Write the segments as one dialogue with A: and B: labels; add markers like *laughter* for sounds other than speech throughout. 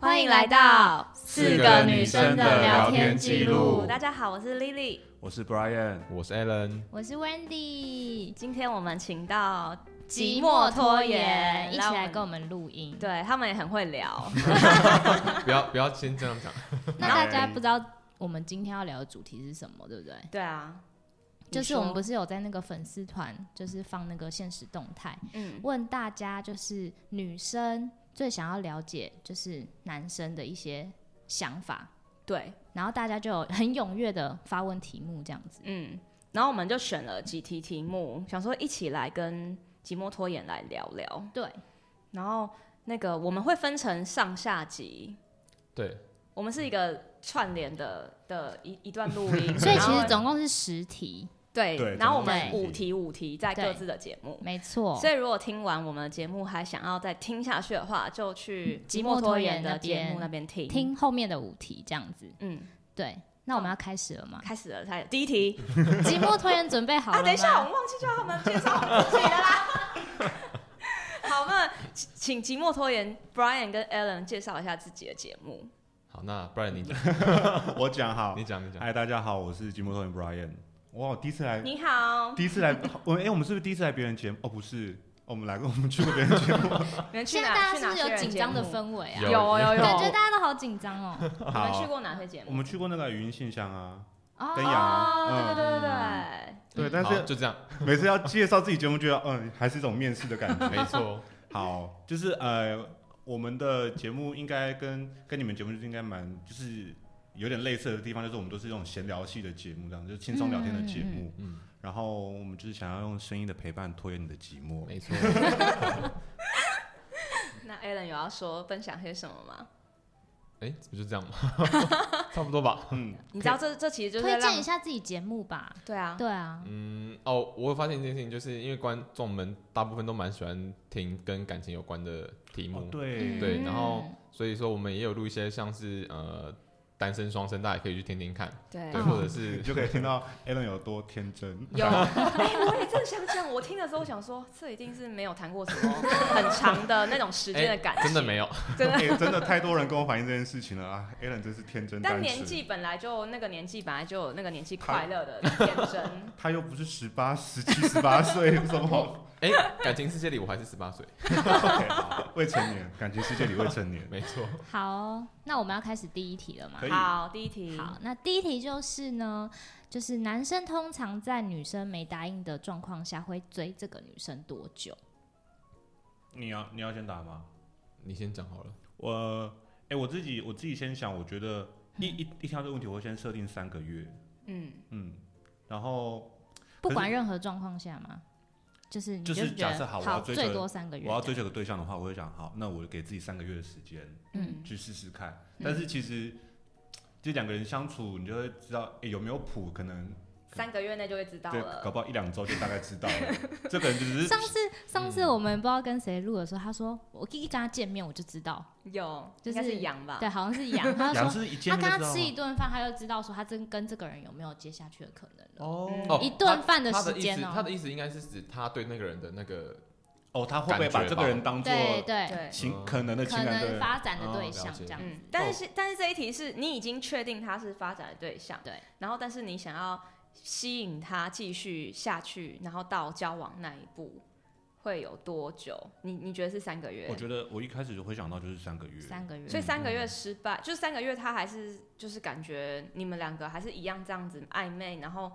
A: 来到
B: 四个女生的聊天记录
A: 大家好，我是 Lily，
C: 我是 Brian，
B: 我是 Alan，
D: 我是 Wendy，
A: 今天我们请到寂寞拖延
D: 一起来跟
A: 跟
D: 我们录音。，
A: 对他们也很会聊，
B: 不要不要先这样讲，
D: 那大家不知道我们今天要聊的主题是什么，对不对？
A: 对啊，
D: 就是我们不
A: 是
D: 是有在那个粉丝团，就是放那个现实动态，
A: 嗯
D: 问大家就是女生最想要了解就是男生的一些想法，
A: 对
D: 然后大家就有很踊跃的发问题目这样子。
A: 嗯，然后我们就选了几题题目，想说一起来跟寂寞拖延来聊聊，
D: 对，
A: 然后那个我们会分成上下集，
B: 对，
A: 我们是一个串联的的一一段录音，
D: 所以其
A: 然
D: 实
A: 后
D: 总共是十题，
A: 对，
C: 对
A: 然后我
D: 总共
A: 们
D: 是
A: 五题五题在各
D: 对
A: 自的节目，
D: 没错。
A: 所以如果听完我们的节目还想要再听下去的话，就
D: 嗯
A: 去寂寞拖延的节目那边听。，
D: 听后面的五题这样子。
A: 嗯，
D: 对，那我们要开始
A: *laughs*
D: 了吗？
A: 开始了，开始第一题
D: 寂寞拖延准备好
A: 啊！
D: 了吗？
A: 等一下，我们忘记叫他们介绍我们自己的啦。 *laughs* 好，那请请寂寞拖延 Brian 跟 Alan 介绍一下自己的节目。
B: 好，那不然你讲，
C: 我讲好哎
B: 你。讲，你讲，
C: 嗨，大家好，我是吉摩托人 Brian。哇，我第一次来，
A: 你好，
C: 第一次来， *laughs* 我哎、我们是不是第一次来别人节目？哦，不是，哦我们来过，我们去过别人节目。
A: 你们去
D: *laughs* 现在
A: 哪？
D: 大家
A: 去
D: 是
A: 哪
D: 不是
A: 些
D: 有
A: 人
D: 紧张的
A: 节目
D: 氛围啊？
B: 有
A: 有有有，
D: 感觉大家都好紧
A: *laughs*
D: 张哦。
C: *laughs*
A: 你们去
C: 好，
A: 过哪些节
C: 我
A: 目？
C: 们去过那个语音信箱啊。
D: 哦
C: 跟养
A: 哦，对
C: 啊
A: 对对对
C: 对，
D: 嗯
C: 但
B: 好，
C: 是
B: 就这样，
C: 每次要介绍自己节目，觉得嗯，还是一种面试的感觉。
B: 没错，哦
C: 好，就是呃，我们的节目应该跟跟你们节目就是应该蛮就是有点类似的地方，就是我们都是这种闲聊系的节目，这样就是轻松聊天的节目。
B: 嗯，
C: 然后我们就是想要用声音的陪伴拖延你的寂寞。
B: 没错，哦
A: 对。那 Alan 有要说分享些什么吗？
B: 哎，不就这样吗？ *laughs* 差不多吧，
C: 嗯，
A: 你知道这这其实就是
D: 推
A: 让
D: 荐一下自己节目吧。
A: 对啊，
D: 对啊，
B: 嗯，哦，我有发现一件事情，就是因为观众们大部分都蛮喜欢听跟感情有关的题
C: 哦
B: 目，
C: 对
D: 嗯
B: 对然后所以说我们也有录一些像是呃单身双生，大家也可以去听听看，
A: 对
B: 对，
D: 嗯
B: 或者
D: *laughs*
B: 是
C: 你就可以听到 Alan 有多
A: *laughs*
C: 天真。 *laughs*
A: 有，哎、我也正想讲，我听的时候想说，这一定是没有谈过什么很长的那种时间的感情，
B: 真的没有，
A: 真的。
C: 哎、真的太多人跟我反映这件事情了啊！Alan 真是天真
A: 但
C: 单
A: 年
C: 纯，
A: 纪本来就那个年纪本来就有那个年纪快乐的天真，
C: 他又不是十八、十七、十八岁，有什么好？ *laughs*
B: 哎，感情世界里我还是十八岁，
C: OK，好未成年，感情世界里未成年。
B: 没错，
D: 好哦，那我们要开始第一题了吗
C: 可？以
A: 好，第一题，
D: 好，那第一题就是呢，就是男生通常在女生没答应的状况下会追这个女生多久？
C: 你要你要先打吗？
B: 你先讲好了，
C: 我哎、我自己我自己先想，我觉得
D: 嗯
C: 一一一听到这个问题，我会先设定三个月，
A: 嗯，
C: 嗯，然后
D: 不
C: 可是
D: 管任何状况下吗？就是你
C: 就是
D: 觉
C: 假设
D: 得
C: 好我要追
D: 最
C: 求
D: 多三个月
C: 我
D: 这样，
C: 要追求个对象的话，我会想，好，那我给自己三个月的时间
D: 嗯
C: 去试试看。但是其实这两个人相处，你就会知道、哎有没有谱，可能
A: 三个月内就会知道
C: 对，搞
A: 了。
C: 不好一两周就大概知道了。这个人嗯就只是
D: 上次上次我们不知道跟谁录的时候，他说我一跟他见面我就知道，
A: 有，
D: 就
A: 应该
D: 是
A: 是羊吧？
D: 对，好像是羊，他就
C: 杨
D: 说
C: 是一
D: 他
C: 见
D: 跟他
C: 面就
D: 吃一
C: 知
D: 顿饭，他就知道说他真跟这个人有没有接下去的可能了。
C: 道
A: 嗯
C: 吗。
B: 哦
D: 一顿饭
B: 他
D: 时
B: 的意
D: 间
B: 思，
D: 哦、
B: 他的意思应该是指他对那个人的那个
C: 哦，他会不会把这个人当做
D: 对对，
A: 对，
C: 情
B: 嗯
C: 可能的情
D: 可
C: 感对
D: 能
C: 象？
D: 发展的
B: 哦
D: 对
B: 了
D: 象
B: 解
D: 这样
A: 嗯
D: 子，，
A: 但是但是这一题是你已经确定他是发展的对象，
D: 对，
A: 然后但是你想要吸引他继续下去，然后到交往那一步会有多久？你你觉得是三个月？
C: 我觉得我一开始就会想到就是三个月，
D: 三个月。
A: 所以三个月失败，就是三个月他还是就是感觉你们两个还是一样这样子暧昧，然后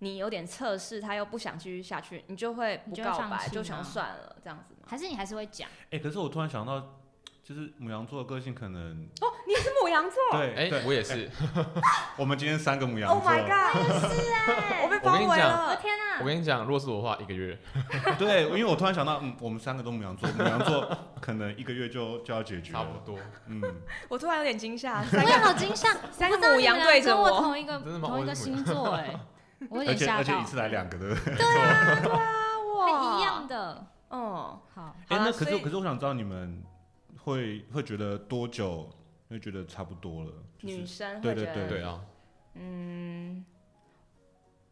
A: 你有点测试，他又不想继续下去，你就会不
D: 你就会
A: 告
D: 放
A: 白，
D: 弃
A: 就
D: 吗
A: 想算了这样子吗？
D: 还是你还是会讲，
C: 哎、可是我突然想到，就是母羊座的个性可能
A: 哦，你也是母羊座
C: 对
B: 哎、
C: 对，
B: 我也是。
C: 我们今天三个母羊
A: ，Oh
C: 座
A: my god，我也是哎 *laughs* 我被包
B: 我跟你
A: 围
B: 讲
A: 了，
D: 天啊
B: 我跟你讲，如果是我的话，一个月，
C: 对，因为我突然想到，嗯，我们三个都母羊座，母羊座可能一个月就就要解决
B: 差不
C: 了，
B: 多。
C: 嗯，
A: 我突然有点惊吓， *laughs*
D: 我
A: 三
D: 也
A: 个
D: 好惊吓，
A: 三
D: 不
A: 个
D: 知道
A: 母
D: 你
A: 羊
D: 们
A: 对
D: 俩
A: 着
D: 跟我
A: 我，
D: 同一个
B: 真的吗
D: 同一
B: 我
D: 个
B: 也是母
D: 星
B: *laughs*
D: 座哎、我有
C: 而
D: 点
C: 且
D: 吓
C: 而且
D: 到
C: 一，次来两个的，
A: 啊哇 *laughs*
D: 还一样的。
A: 哦，
D: 好，
C: 哎、
A: 好啦
C: 那可
A: 所
C: 是
A: 以
C: 可是我想知道你们会会觉得多久会觉得差不多了？就
A: 女
C: 是
A: 生会
C: 对
A: 觉
C: 对
A: 得，
B: 对啊，
A: 嗯，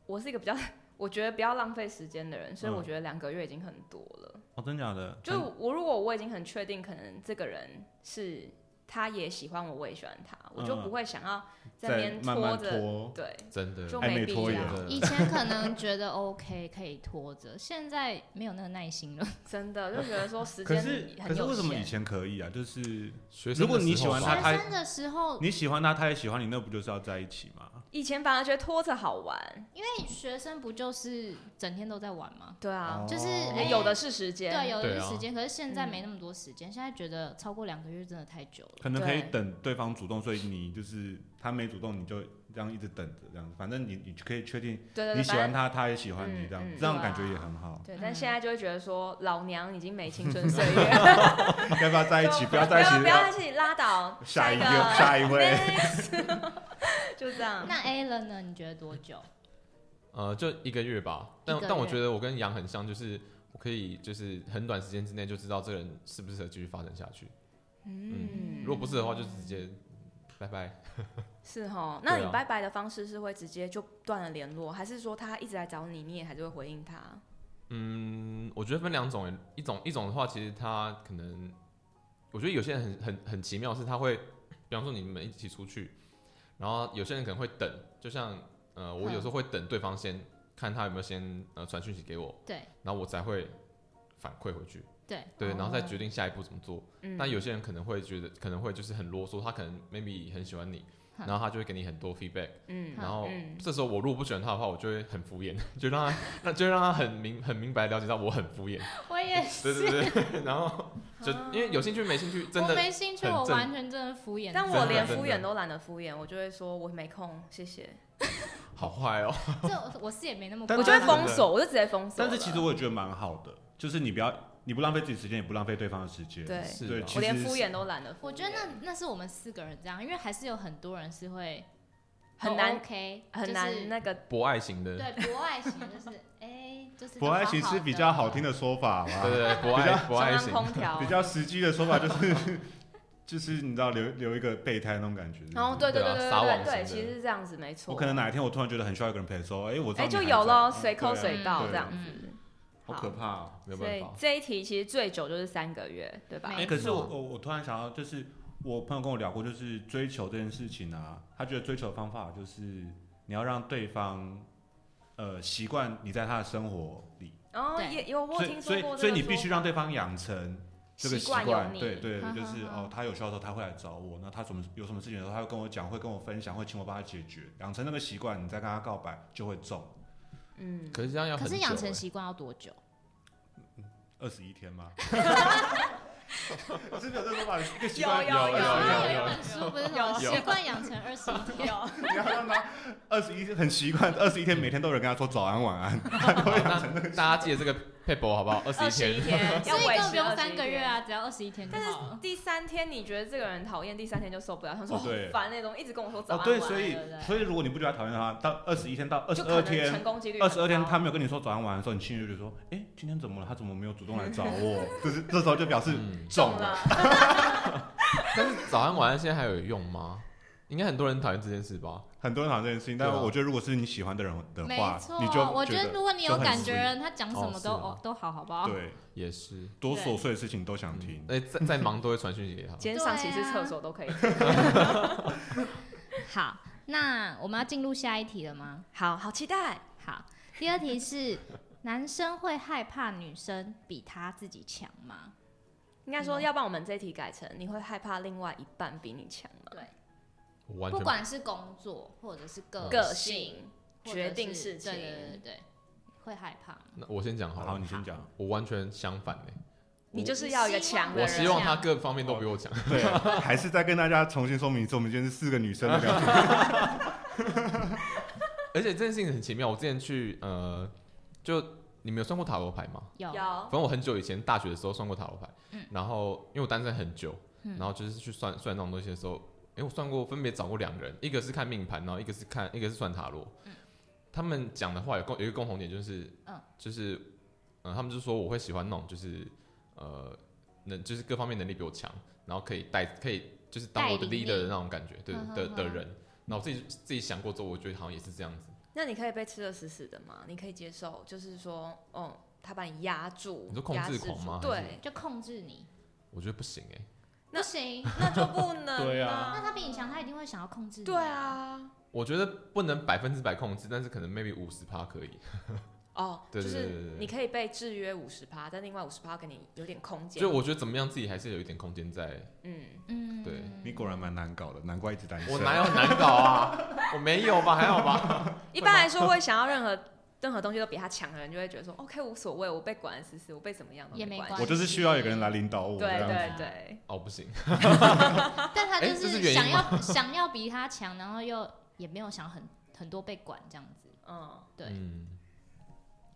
A: 我是一个比较， *laughs* 我觉得不要浪费时间的人，所以
C: 嗯
A: 我觉得两个月已经很多了。
C: 哦，真假的？
A: 就我如果我已经很确定，可能这个人是他也喜欢我，我也喜欢他，我就
C: 嗯
A: 不会想要在那
C: 再
A: 边
C: 慢慢
A: 着，
C: 拖，
A: 对，
B: 真的
A: 就
C: 暧
A: 没
C: 昧
A: 必
C: 拖
A: 要
C: 延，
B: 真的
D: 以前可能觉得 OK 可以拖着，现在没有那个耐心了。
A: 真的就觉得说时
C: *laughs* 可
A: 间
C: 是可
A: 很
C: 是
A: 有
C: 为什么以
A: 限。
C: 前可以啊？就是
B: 学
C: 如果你喜欢他
B: 他
D: 学生的时候，
C: 你喜欢他，他也喜欢你，那不就是要在一起吗？
A: 以前反而觉得拖着好玩，
D: 因为学生不就是整天都在玩吗？
A: 对啊，
D: 就是
C: 哦
A: 哎有的是时间，
D: 对，有
B: 对
D: 的
B: 啊
D: 是时间，可是现在
A: 嗯
D: 没那么多时间。现在觉得超过两个月真的太久了。
C: 可能可以
A: 对
C: 等对方主动，所以你就是他没主动，你就这样一直等着，这样子，反正你你可以确定
A: 对对对，
C: 你喜
A: 反正
C: 欢他，他也喜欢
A: 嗯
C: 你，这样
A: 嗯。
C: 这样
D: 对啊
C: 感觉也很好
A: 对，但
D: 嗯
A: 现在就会觉得说，老娘已经没青春岁月，
C: 要不要 *laughs* 在一起？不
A: *laughs*
C: 要在一
A: 不要在
C: 起，
A: 一起，拉倒，
C: *laughs* 下
A: 一
C: 一
A: 个，
C: 个下一位。
A: Next *laughs* 就这样。
D: 那 A 人呢？你觉得多久？
B: 呃，就一个月吧。但
D: 一个月
B: 但我觉得我跟杨很像，就是我可以就是很短时间之内就知道这个人适不适合继续发展下去。
A: 嗯
B: 如果不是的话，就直接拜拜。
A: 是哈，那
B: 对
A: 你
B: 啊
A: 拜拜的方式是会直接就断了联络，还是说他一直来找你，你也还是会回应他？
B: 嗯，我觉得分两种欸，一种一种的话，其实他可能，我觉得有些人很很很奇妙，是他会，比方说你们一起出去，然后有些人可能会等，就像呃，我有时候会等对方先看他有没有先呃传讯息给我，
D: 对
B: 然后我才会反馈回去，
D: 对，
B: 对，然后再
A: 哦
B: 决定下一步怎么做。
A: 嗯，
B: 那有些人可能会觉得，可能会就是很啰嗦，他可能 maybe 很喜欢你，
D: 哼
B: 然后他就会给你很多 feedback，
A: 嗯，
B: 然
C: 哦
B: 后
A: 嗯
B: 这时候我如果不喜欢他的话，我就会很敷衍，就让他那就让他很明很明白了解到我很敷衍，
D: 哦我也
B: *laughs* 对
D: 是，哦
B: 对对，然后
D: *laughs*
B: 就因为有兴趣没兴趣，真
D: 我
B: 的
D: 没兴趣，
B: 很
D: 我
B: 正
D: 完全真的敷衍。
A: 但
B: 真
A: 我
B: 的
A: 连
B: *laughs* 真
A: 敷
B: 的
A: 衍都懒得敷衍，我就会说我没空，谢谢。
B: 好坏哦，
D: 这我是也没那么
C: 但
D: 夸
A: 我
D: 张，
A: 就会
C: 是
A: 封
C: 真的
A: 锁，我就直接封锁了。
C: 但是其实我也觉得蛮好的，就是你不要，你不浪费自己时间，也不浪费对方的时间。
A: 对
B: 是
C: 对
B: 啊
C: 其
A: 我连
C: 实
A: 敷
C: 是
A: 衍都懒得敷衍。
D: 我觉得那那是我们四个人这样，因为还是有很多人是会
A: 很难
D: OK，
A: 很
D: 就是
A: 难那个
B: 博爱型的，对
D: 对博爱型就是哎，就是
C: 博爱型是比较好听
D: 的，
C: 的说法
B: 对
C: 嘛，
B: 对，博
C: 比
B: 爱
C: 较
B: 博
A: 中
B: 爱
A: 央
B: 型，
A: 空调
C: 比，较实际的说法就是 *laughs* 就是你知道留留一个备胎那种感觉。
A: 然后对对
B: 对啊
A: 对对
B: 撒
A: 对
B: 网
A: 对，
B: 型的
A: 其实是这样子没错。
C: 我可能哪一天我突然觉得很需要一个人陪的时候，哎，我知道
A: 哎就
C: 你还
A: 有
C: 在
A: 咯，
C: 嗯
A: 随口
C: 对啊
A: 随到
C: 对
A: 这样子。
D: 嗯
C: 好可怕哦。
B: 没有
A: 所
B: 办
A: 以
B: 法，
A: 这一题其实最久就是三个月，对吧？
D: 没
C: 哎，
D: 错
C: 可是我我我突然想到，就是我朋友跟我聊过，就是追求这件事情啊，他觉得追求的方法就是你要让对方呃习惯你在他的生活里，
A: 哦，
D: 对
A: 也有我
C: 所
A: 有
C: 以
A: 听
C: 所
A: 说
C: 以
A: 过这个
C: 所以你必须
A: 说
C: 让对方养成这个
A: 习
C: 习
A: 惯有
C: 惯，
A: 你嗯
C: 对对，
D: 哈哈
C: 就是
D: 哈
C: 哦，他有需要的时候他会来找我，那他什么有什么事情的时候他会跟我讲，会跟我分享，会请我帮他解决，养成那个习惯，你再跟他告白就会中
A: 嗯，
B: 可是这样要
D: 可
B: 很久
D: 是
B: 欸，
D: 养成习惯要多久？
C: 二十一
A: *laughs*
C: 天吗？我真的有这个说法，一个习
A: 有
C: 惯
A: 有有
B: 有
D: 然后
B: 有
D: 一本书不是什么
B: 有
D: 习惯养成二十一天，
A: 有，
C: 你要让他二十一很习惯，二十一天每天都有人跟他说早安晚安，
B: 好那大家记得这个 paper 好不好？二十
A: 二
B: 一
A: 十一
B: 天，
A: 天，
D: *laughs*
A: 要
D: 所以
A: 维
D: 根本
A: 持
D: 不用
A: 21
D: 三个月
A: 天。
D: 啊，只要二十一天就
A: 但
D: 好了
A: 是。第三天你觉得这个人讨厌，第三天就受不了，他说
C: 哦对
A: 烦那种一直跟我说早
C: 哦
A: 安，
C: 对，
A: 晚安
C: 所以
A: 对不对
C: 所以如果你不觉得他讨厌的话，到二十一天到二十
A: 就
C: 二
A: 可能成
C: 天，
A: 功几率
C: 二十二天
A: 很高
C: 他没有跟你说早安晚安的时候，你心里就觉得说，哎，今天怎么了？他怎么没有主动来找我？
A: *laughs*
C: 就是这时候就表示
B: 嗯，
C: 中
A: 中了，
B: 但是早安晚安现在还有用吗？应该很多人讨厌这件事吧？
C: 很多人讨厌这件事情，但是
B: 对啊
C: 我觉得如果是你喜欢的人的
D: 没
C: 话，
D: 错
C: 你，就
D: 我
C: 觉
D: 得如果你有
C: 就很
D: 感觉
C: sweet
D: 人，他讲什么
B: 哦是
D: 都
B: 啊
D: 哦都好，好不好？
C: 对
B: 也是，
C: 多
A: 对
C: 琐碎的事情都想听
B: 嗯。哎，再再忙都会传讯息给
C: *laughs*
B: 他。
A: 今天上几次厕所都可以。
D: 好，那我们要进入下一题了吗？
A: 好好期待，
D: 好，第二题是男生会害怕女生比他自己强吗？
A: 应该说，要不然我们这题改成你会害怕另外一半比你强吗？
B: 我完
D: 不
B: 全
D: 管是工作或者是个
A: 个
D: 性，
A: 性
D: 或者
A: 决定事
D: 对对对对
A: 情，
D: 对，会害怕吗。
B: 那我先讲好
C: 好，
B: 了，
C: 你先讲。
B: 我完全相反呢、
A: 你就是要一个强的
B: 我
A: 人。
B: 希望他各方
C: 哦
B: 面都比我强。 *laughs*
C: 对，还是再跟大家重新说明一次，我们今天是四个
B: *laughs*
C: 女生的聊天。
B: 而且这件事情很奇妙，我之前去呃，就你们有算过塔罗牌吗？
D: 有
A: 有
B: 反正我很久以前大学的时候算过塔罗牌，
D: 嗯
B: 然后因为我单身很久，
D: 嗯
B: 然后就是去算算那种东西的时候，因为我算过分别找过两个人，一个是看命盘，然后一个是看一个是算塔罗，他们讲的话有共有一个共同点就是，
D: 嗯
B: 就是呃，他们就说我会喜欢那种就是呃能就是各方面能力比我强，然后可以带可以就是当我的
D: 带领
B: leader
D: 你
B: 的那种感觉，对
D: 嗯哼
B: 的的
D: 哼
B: 人。那我自己自己想过之后，我觉得好像也是这样子。
A: 那你可以被吃的死死的吗？你可以接受，就是说，哦，他把你压住，
B: 你说控制
A: 压制
B: 狂吗
A: 住
B: 还是
A: 对，
D: 就控制你，
B: 我觉得不行哎、
A: 那
D: 不行，
A: 那就不能、
C: *laughs* 对啊
D: 那他比你强，他一定会想要控制你。
A: 对，啊，
B: 我觉得不能百分之百控制，但是可能 maybe 五十趴可以。
A: 哦，
B: 对
A: 就
B: 对对对
A: 是
B: 对
A: 你可以被制约五十趴，但另外五十趴给你有点空间
B: 就。我觉得怎么样，自己还是有一点空间在。
A: 嗯，
D: 嗯，
B: 对
C: 你果然蛮难搞的，难怪一直单身。
B: 我哪有难搞 *laughs* 啊？我没有吧？还好吧？
A: 一般来说会想要任何任何东西都比他强的人，就会觉得说 OK 无所谓，我被管得死死，我被怎么样都
D: 也没
A: 关
D: 关
A: 系。
C: 我就是需要有个人来领导我这
A: 对
C: 样子。
A: 对对，
B: *laughs* 哦，不行，
D: 但他就
B: 哎这是
D: 是
B: 原因
D: 想要
B: *laughs*
D: 想要比他强，然后又也没有想很很多被管这样子。
A: 嗯，
D: 对
B: 嗯，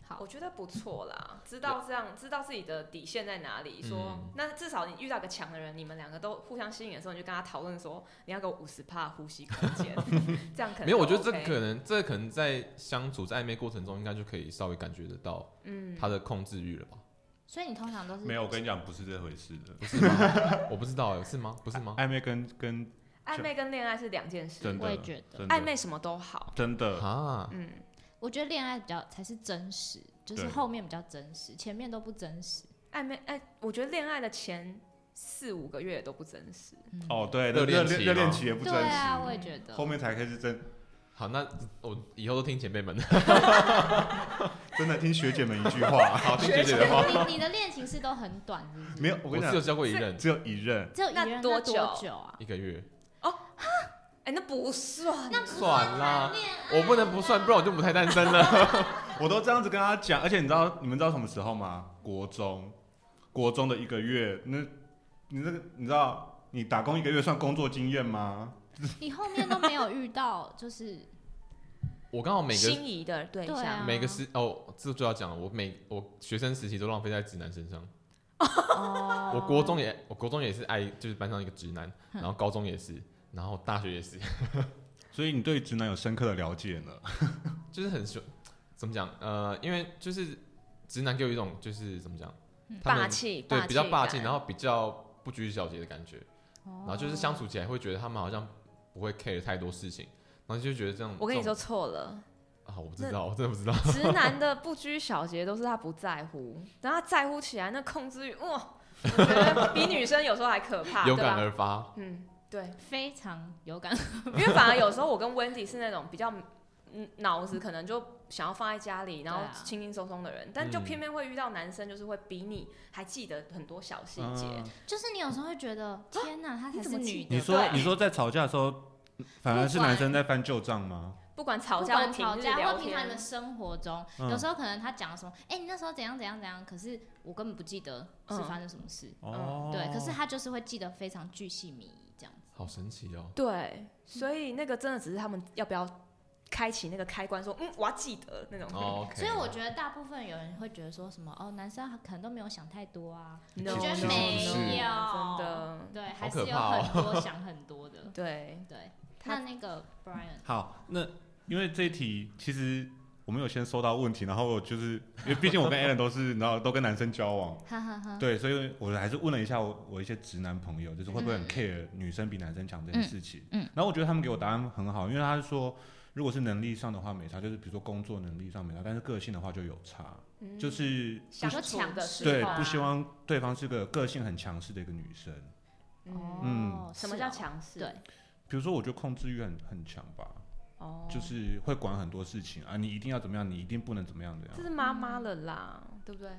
D: 好
A: 我，觉得不错啦，知道这样，知道自己的底线在哪里。
B: 嗯
A: 说，那至少你遇到个强的人，你们两个都互相吸引的时候，你就跟他讨论说，你要给我五十帕呼吸空间，
B: *laughs*
A: 这样可能
B: 没有，我觉得
A: 就
B: 这
A: OK
B: 可能，这可能在相处、在暧昧过程中，应该就可以稍微感觉得到
A: 嗯，
B: 他的控制欲了吧？
D: 所以你通常都是
C: 没有，我跟你讲，不是这回事的。
B: 不是吗？我不知道哎，是吗？不是吗？*laughs*
C: *laughs* 暧昧跟跟
A: 暧昧跟恋爱是两件事
C: 真，
D: 我
C: 的
D: 也觉得
C: 真的
A: 暧昧什么都好，
C: 真的
B: 啊，
A: 嗯，
D: 我觉得恋爱比较才是真实，就是
C: 对
D: 后面比较真实，前面都不真实。
A: 暧昧哎，我觉得恋爱的前四五个月都不真实，
D: 嗯、
C: 哦，对，
B: 热
C: 热
B: 恋
C: 恋
B: 期
C: 热恋
B: 嘛
C: 期也不
D: 对
C: 真
D: 啊，
C: 实，
D: 我也觉得
C: 后面才开始真
B: 好，那我以后都听前辈们的，
C: 真的听学姐们一句
B: *laughs*
C: 话。
B: 好听姐姐的话。
D: 你你的恋情是都很短，是不是？
C: *laughs* 没有，我
B: 我
C: 跟你
B: 是有
C: 讲，
B: 交过一任，
C: 只有一任，
D: 只有一个人
A: 那多
D: 多
A: 久
D: 久啊？
B: 一个月，
A: 哎，那啊不算，
D: 那
B: 算啦，我不能不算，不然我就不太单身了。
A: *laughs*
C: 我都这样子跟他讲。而且你知道，你们知道什么时候吗？国中，国中的一个月，那你那个你知道，你打工一个月算工作经验吗？
D: 你后面都没有遇到，
C: *laughs*
D: 就是
B: 我刚好每个
A: 心仪的对
D: 对啊
A: 象，
B: 每个时哦，这就要讲了，我每我学生时期都浪费在直男身上。
D: 哦，
B: 我国中也，我国中也是爱，就是班上一个直男，
D: 嗯
B: 然后高中也是，然后大学也是，
C: 所以你对直男有深刻的了解呢？
B: 就是很喜欢怎么讲？呃，因为就是直男给我一种就是怎么讲，他
A: 霸
B: 们
A: 气，
B: 对比较霸
A: 感
B: 气，然后比较不拘小节的感觉，
D: 哦，
B: 然后就是相处起来会觉得他们好像不会 care 太多事情，然后就觉得这样。
A: 我跟你
B: 这
A: 说
B: 种
A: 错了，
B: 啊，我不知道，我真的不知道。
A: *laughs* 直男的不拘小节都是他不在乎，等他在乎起来，那控制欲哇，我觉得比女生有时候还可怕，
B: *laughs*
C: *laughs*
B: 有
A: 啊对
B: 感
A: 吧？
B: 而发，
A: 嗯，对，
D: 非常有感，
A: 因为反而有时候我跟 Wendy 是那种比较嗯脑子可能就想要放在家里，然后
D: 对啊
A: 轻轻松松的人，但就
B: 嗯
A: 偏偏会遇到男生，就是会比你还记得很多小细节。
C: 嗯
D: 就是你有时候会觉得天哪，她才
A: 你怎
D: 是
A: 么记得
D: 女的，
C: 你说
A: 对
C: 你说在吵架的时候，反而是
D: 不管
C: 男生在翻旧账吗？
A: 不管
D: 不
A: 吵架
D: 管
A: 或平
D: 吵
A: 日
D: 架
A: 聊
D: 或平常
A: 天
D: 的，生活中，
C: 嗯
D: 有时候可能他讲什么，哎，你那时候怎样怎样怎样，可是我根本不记得是发生什么事，
C: 嗯哦，
D: 嗯对，可是他就是会记得非常巨细靡遗这样子。
B: 好神
A: *laughs*
B: 奇哦。
A: 对，所以那个真的只是他们要不要开启那个开关，说嗯，我要记得那种。
B: 哦，OK，
D: 所以我觉得大部分有人会觉得说什么哦，男生可能都没有想太多
C: *laughs*
D: 啊，
A: No,
D: 我觉
C: 其
D: 得
C: 实不
D: 没有，
C: 是
A: 真的，。
D: 对，
B: 好
D: 还
B: 可
D: 是有
B: 怕哦
D: 很多想很多的 *laughs*
A: 对，
D: 对，
A: 他
D: 那那个 Brian，
C: 好，那因为这一题其实我们有先收到问题，然后我就是因为毕竟我跟 Alan 都是， *laughs* 然后都跟男生交往，
D: 哈哈哈。
C: 对，所以我还是问了一下我我一些直男朋友，就是会不会很 care 女生比男生强这件事情。
D: 嗯
C: 嗯，然后我觉得他们给我答案很好，因为他是说。如果是能力上的话没差，就是比如说工作能力上没差，但是个性的话就有差，
A: 嗯
C: 就是
A: 想
D: 不
A: 抢的时候
C: 对
A: 啊
C: 不希望对方是个个性很强势的一个女生。
A: 嗯，
C: 嗯
D: 哦，
A: 什么叫
D: 是哦？
A: 强势？
D: 对，
C: 比如说，我觉得控制欲很很强吧，
A: 哦，
C: 就是会管很多事情啊，你一定要怎么样，你一定不能怎么样怎样
A: 这。是妈妈了啦，对不对？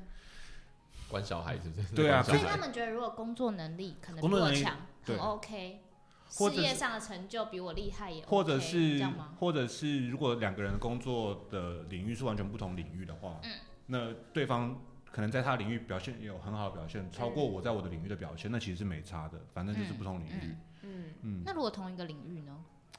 B: 管小孩是不是？
C: 对啊
B: 管
D: 所以
B: 小
D: 他
B: 孩
D: 们觉得如果工作能力可能比
C: 工作
D: 我
C: 能力
D: 强，很
C: 对
D: OK，
C: 或
D: 事
C: 者是
D: 业上的成就比我厉害也 OK，
C: 或者
D: 这
C: 是
D: 样吗？
C: 或者是如果两个人工作的领域是完全不同领域的话，
D: 嗯
C: 那对方可能在他领域表现有很好的表
D: 嗯
C: 现，超过我在我的领域的表现，那其实是没差的，反正就是不同领域。
A: 嗯，
C: 嗯，
D: 那如果同一个领域呢？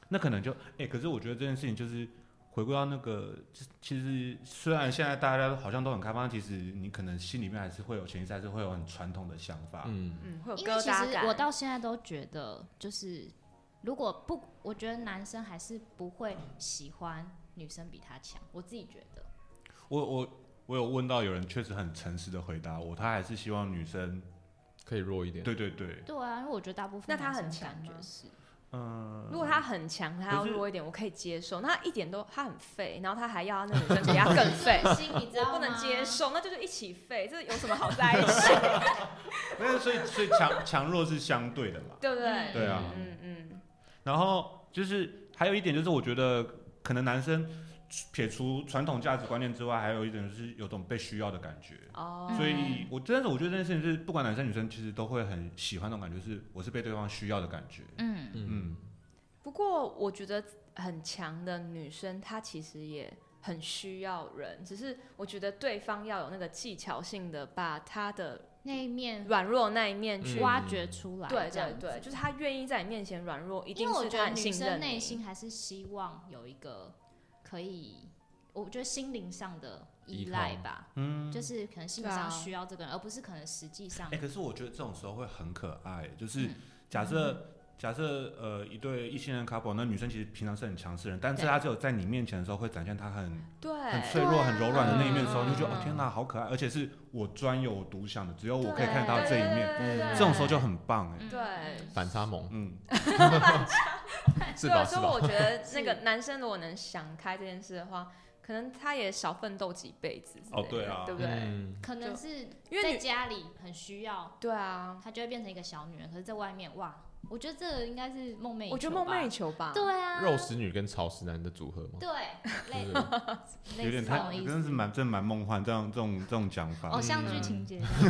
C: 那可能就哎、可是我觉得这件事情就是回归到那个，其其实虽然现在大家好像都很开放，其实你可能心里面还是会有潜意识，还是会有很传统的想法。
B: 嗯，
A: 嗯，会有
D: 因为
A: 疙
D: 其
A: 瘩
D: 实
A: 感。
D: 我到现在都觉得，就是如果不，我觉得男生还是不会喜欢女生比他强，我自己觉得。
C: 我我我有问到有人确实很诚实的回答我，他还是希望女生，
B: 可以弱一点。
C: 对对对，
D: 对啊，因为我觉得大部分
A: 那他
D: 男生
A: 很强 *laughs*
D: 感觉
A: 吗
D: 是，
C: 嗯，
A: 如果他很强，他要
C: 可是
A: 弱一点，我可以接受。那他一点都他很废，然后他还要那女生比他
C: *laughs*
A: 更废
D: 心你知
A: 我
D: 道吗？
A: 不能接受，那就是一起废，这有什么好在一
C: *laughs*
A: 起？
C: 那所以所以强强弱是相对的嘛。
A: 对不对？
C: 对啊
A: 嗯嗯
C: 然后就是还有一点就是，我觉得可能男生撇除传统价值观念之外，还有一点就是有种被需要的感觉。
A: 嗯，哦，
C: 所以我真的是我觉得这件事情是，不管男生女生，其实都会很喜欢那种感觉，是我是被对方需要的感觉。
D: 嗯，
C: 嗯，
A: 不过我觉得很强的女生，她其实也很需要人，只是我觉得对方要有那个技巧性的把她的
D: 那一面
A: 软弱那一面去
B: 嗯
D: 挖掘出来，
A: 对
D: 这样
A: 对
D: 子
A: 对，就是她愿意在你面前软弱，一
D: 因
A: 定
D: 为我
A: 是
D: 觉
A: 她
D: 得
A: 很
D: 女
A: 信
D: 生
A: 任
D: 内
A: 你。
D: 心还是希望有一个可以，我觉得心灵上的依赖吧，嗯，就是可能心灵上
A: 对啊
D: 需要这个人，而不是可能实际上
C: 哎、，可是我觉得这种时候会很可爱，就是
D: 啊嗯
C: 假设、假设呃一对异性恋 couple，那女生其实平常是很强势的人，但是她只有在你面前的时候会展现她很很
A: 对
C: 脆弱、
D: 对啊啊
C: 很柔软的那一面的时候，你就觉
A: 嗯
C: 得哦天哪，好可爱，而且是我专有、我独享的，只有我可以
A: 对
C: 看到这一面，嗯
A: 对对对
C: 这种时候就很棒哎、
D: 嗯
A: 对
B: 反差萌
C: 嗯，
A: 对
B: 是吧？
A: 啊，
B: 是
A: 所以
B: 吧？
A: 我觉得
C: *laughs*
A: 那个
D: 是
A: 男生如果能想开这件事的话，可能他也少奋斗几辈子之类的。
C: 哦对啊
A: 对不对？
B: 嗯，
D: 可能是
A: 因为
D: 在
A: 女
D: 家里很需要，
A: 对啊，
D: 她就会变成一个小女人，可是在外面哇，我觉得这个应该是梦寐以求吧，
A: 我觉得梦寐以求吧。
D: 对啊，
B: 肉食女跟草食男的组合吗？
D: 对，类
B: 对不对
D: *laughs* 类似
C: 有点
D: 这
C: 太
D: 种意
C: 真
D: 思，哦
C: 的是蛮真的蛮梦幻，这样这种这种讲法，
D: 偶像剧
A: 嗯
D: 情节。 *laughs*
A: 对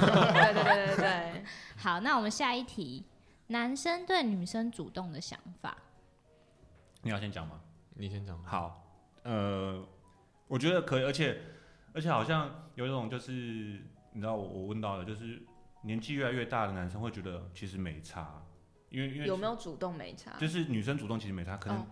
A: 对对对对，
D: 好，那我们下一题，男生对女生主动的想法，
C: 你要先讲吗？
B: 你先讲。
C: 好，呃，我觉得可以，而且而且好像有一种就是你知道我我问到的，就是年纪越来越大的男生会觉得其实没差，因为因为
A: 有没有主动没差？
C: 就是女生主动其实没差，可能。
A: 哦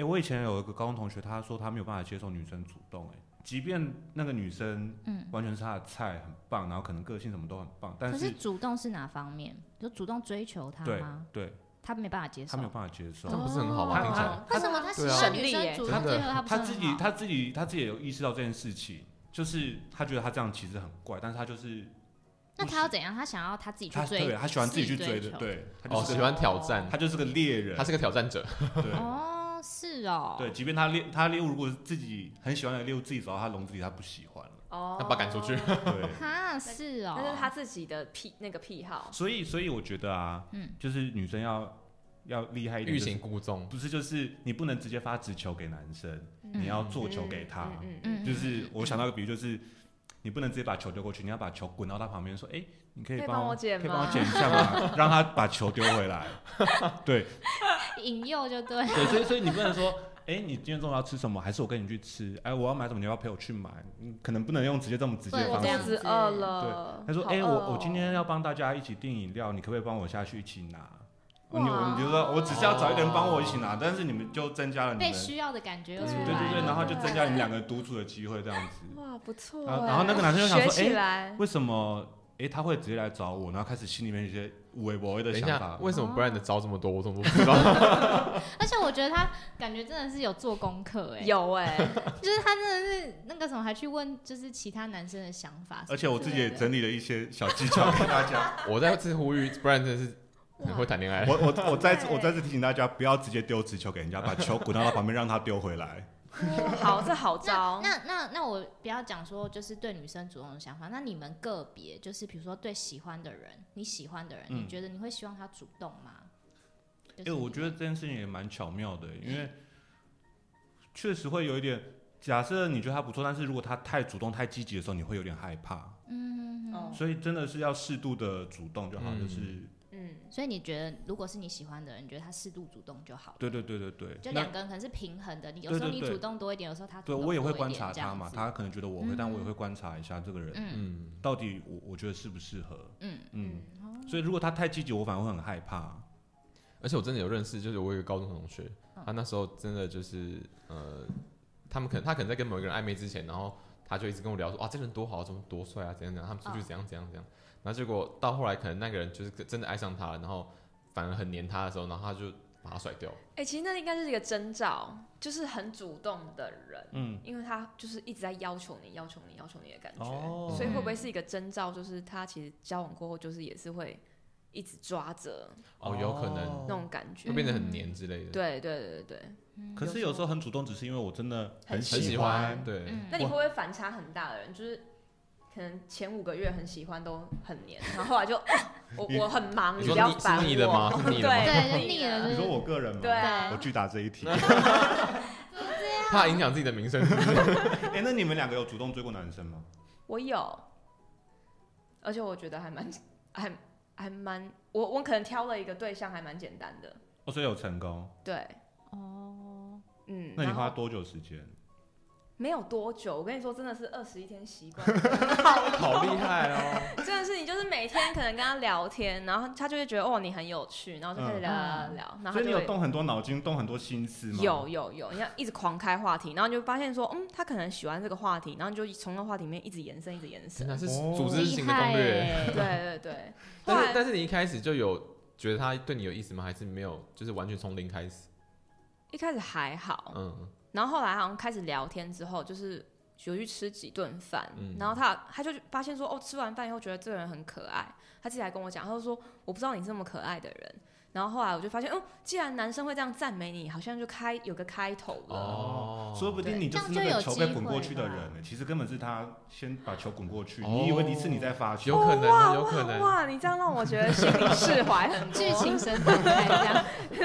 C: 哎、我以前有一个高中同学，他说他没有办法接受女生主动、哎，即便那个女生
D: 嗯
C: 完全是他的菜，很棒，然后可能个性什么都很棒，但
D: 可
C: 是
D: 是主动是哪方面？就主动追求他
C: 对
D: 吗？
C: 对，
D: 他没办法接
C: 他
D: 受
C: 没。有办法接受
B: 这，样不是很好吗？
C: 哦
B: 听起来
A: 哦
D: 为什么他喜
B: 对啊
D: 欢女生主动
B: 神力耶
D: 追求他不是
C: 他
D: 很好
C: 自己他自己他自己也有意识到这件事情，就是他觉得他这样其实很怪，但是他就是
D: 那他要怎样？他想要他自己去
C: 他
D: 追
C: 对，他喜欢自己去
D: 自己
C: 追
D: 追
C: 的，
D: 求
C: 对，他
B: 哦，
C: 就是
B: 喜
C: 个、
B: 欢挑战，
C: 他就是个猎人
B: 他，是个挑战者。
C: 对、
D: 哦，是哦，
C: 对，即便他猎他猎物如果是自己很喜欢的猎物，自己走到他笼子里，他不喜欢了，
A: 哦，
B: 他把赶出去
C: 对。
D: *laughs* 哈是哦，
A: *laughs* 那是他自己的癖那个癖好。
C: 所以所以我觉得啊，
D: 嗯
C: 就是女生要要厉害一点、
B: 欲
C: 就是
B: 擒故纵，
C: 不是就是你不能直接发直球给男生，
D: 嗯
C: 你要做球给他，
A: 嗯
D: 嗯
C: 就是我想到一个比喻就是。你不能直接把球丢过去，你要把球滚到他旁边，说：“哎、你可以
A: 可以
C: 帮
A: 帮我
C: 我，
A: 捡
C: 可以
A: 吗
C: 帮我捡一
A: *laughs*
C: 下吗？让他把球丢回来。”对，
D: 引诱就
C: *laughs*
D: 对，
C: 对，所以所以你不能说，哎、你今天中午要吃什么？还是我跟你去吃？哎，我要买什么，你要不要陪我去买？嗯，可能不能用直接这么直接的
D: 对
A: 我
C: 方
A: 肚
C: 式。
A: 子饿了。
C: 他说，
A: 好
C: 哎、
A: 饿哦
C: 我我今天要帮大家一起订饮料，你可不可以帮我下去一起拿？你
A: 哇
C: 我你就说我只是要找一个人帮我一起拿，但是你们就增加了你
D: 被
C: 们，
D: 需要的感觉又
A: 对
D: 出
C: 对
D: 来
C: 对对，
D: 了
C: 然后就增加你们两个独处的机会这样子。
A: 哇，不错
C: 然后
A: 哎。
C: 然后那个男生就想说
A: 学起
C: 哎
A: 来，
C: 为什么？哎、他会直接来找我，然后开始心里面一些微博的
B: 等一
C: 想
B: 下
C: 法，。
B: 为什么 Brian 的招这么多？我怎么都不知道？
C: *laughs*
D: 而且我觉得他感觉真的是有做功课哎，
A: 有哎， *laughs*
D: 就是他真的是那个什么，还去问就是其他男生的想法，
C: 而且我自己也整理了一些小技 *laughs* 巧给大家。
B: 我再次呼吁，Brian 真的是很会谈恋爱。
C: 我我我再次我再次提醒大家，不要直接丢直球给人家，把球滚到他旁边，让他丢回来。 *laughs*
A: 好，这好招。
D: 那那那我不要讲说就是对女生主动的想法，那你们个别就是比如说对喜欢的人，你喜欢的人，
C: 嗯
D: 你觉得你会希望他主动吗？哎
C: 哎、我觉得这件事情也蛮巧妙的，因为 *laughs* 确实会有一点。假设你觉得他不错，但是如果他太主动、太积极的时候，你会有点害怕。
D: 嗯，
A: 哦
C: 所以真的是要适度的主动就好，
B: 嗯
C: 就是
A: 嗯，
D: 所以你觉得如果是你喜欢的人，你觉得他适度主动就好了。
C: 对对对对对。
D: 就
C: 那
D: 两个人可能是平衡的，你有
C: 对
D: 时候
C: 对
D: 你
C: 对
D: 主动多一点，有时候他
C: 对
D: 主动
C: 我也会
D: 多一
C: 观
D: 点
C: 察
D: 这
C: 他
D: 样
C: 嘛，
D: 子
C: 他可能觉得我会，
D: 嗯
C: 但我也会观察一下这个人
D: 嗯
B: 嗯，
C: 到底我我觉得适不适合。
D: 嗯
C: 嗯，
D: 哦
C: 所以如果他太积极，我反而会很害怕。
B: 而且我真的有认识，就是我有一个高中同学，他那时候真的就是呃，他们可能他可能在跟某一个人暧昧之前，然后他就一直跟我聊说，啊哇，这个人多好，怎么多帅啊，怎样怎样，他们出去
D: 哦
B: 怎样怎样怎样。然后结果到后来，可能那个人就是真的爱上他了，然后反而很黏他的时候，然后他就把他甩掉。
A: 哎，其实那应该是一个征兆，就是很主动的人，
C: 嗯，
A: 因为他就是一直在要求你、要求你、要求你的感觉。
C: 哦
A: 所以会不会是一个征兆？就是他其实交往过后，就是也是会一直抓着
B: 哦，有可能
A: 那种感觉
B: 会。
D: 哦
B: 变得很黏之类的。
A: 对对对对对。
D: 嗯
C: 可是有时候很主动，只是因为我真的
D: 很
B: 很喜
C: 喜
B: 欢，对，
D: 嗯，
A: 那你会不会反差很大的人，就是可能前五个月很喜欢都很
D: *laughs*
A: 黏，然后后来就、哦我
C: 你
A: 我很忙，
B: 你
A: 不
B: 说
A: 要
B: 腻
A: 烦
B: 是腻了
A: 我
B: 吗是腻了吗
A: 对，
D: 对腻了
C: 你说我个人吗？
A: 对啊
C: 我拒答这
A: *laughs*
C: 一题。
B: 怕影响自己的名声是不是。
C: 哎，那你们两个有主动追过男生吗？
A: 我有，而且我觉得还蛮还还蛮，我我可能挑了一个对象还蛮简单的，
C: 哦，所以有成功。
A: 对，
D: 哦，
A: 嗯，
C: 那你
A: 然后
C: 花多久时间？
A: 没有多久，我跟你说，真的是二十一天习惯，
B: *laughs* 好厉害
A: *laughs*
B: 哦！
A: 真的是你就是每天可能跟他聊天，然后他就会觉得哦你很有趣，然后就开始聊聊聊聊，然后
C: 嗯
A: 他
C: 所以你
A: 就
C: 有
A: 会
C: 动很多脑筋，动很多心思吗？
A: 有。有有，你要一直狂开话题，然后你就发现说，嗯，他可能喜欢这个话题，然后你就从那话题里面一直延伸，一直延
B: *laughs* 真
A: 伸。
B: 的是
C: 哦
B: 组织
D: 厉
B: 型的
D: 害
B: 攻略。
A: 对对
D: 欸，
A: 对，后
B: 但是
A: 来
B: 但是你一开始就有觉得他对你有意思吗？还是没有？就是完全从零开始？
A: 一开始还好，
B: 嗯，
A: 然后后来好像开始聊天之后，就是有去吃几顿饭，
B: 嗯
A: 然后他他就发现说，哦，吃完饭以后觉得这个人很可爱，他自己来跟我讲，他就说我不知道你是这么可爱的人。然后后来我就发现，哦，既然男生会这样赞美你，好像就开有个开头了。
B: 哦，
C: 说不定你就是
D: 这
C: 那
D: 样就有
C: 个球被
D: 机
C: 滚过
D: 会
C: 去的
D: 吧
C: 人欸呢，其实根本是他先把球滚过去，
B: 哦
C: 你以为你是你在发球
B: 有，可能
A: 哇
B: 哦，有可
A: 哇
B: 能。
A: 哇！你这样让我觉得心里释怀很多，
D: *laughs* 剧情神展开这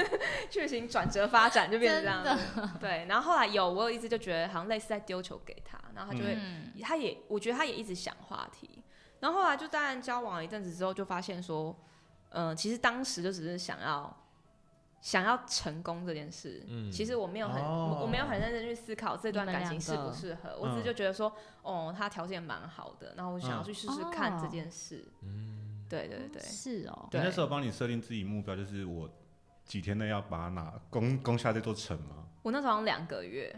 C: *laughs*
D: 样，
A: 剧情转折发展就变成这样
D: 真的
A: 子。对，然后后来有我有一次就觉得好像类似在丢球给他，然后他就会，
D: 嗯
A: 他也我觉得他也一直想话题。然后后来就当然交往了一阵子之后，就发现说，嗯、其实当时就只是想要想要成功这件事。
B: 嗯
A: 其实我没有很、
C: 哦嗯
A: 我我没有很认真去思考这段感情适
D: 你们
A: 不
D: 两个
A: 适合，我只是就觉得说，哦，他条件蛮好的，然后我想要去试试看
D: 哦
A: 这件事。
B: 嗯，
A: 对对对，
D: 是哦，
C: 你
A: 对
C: 那时候帮你设定自己目标，就是我几天内要把它拿攻攻下这座城吗？
A: 我那时候好像两个月，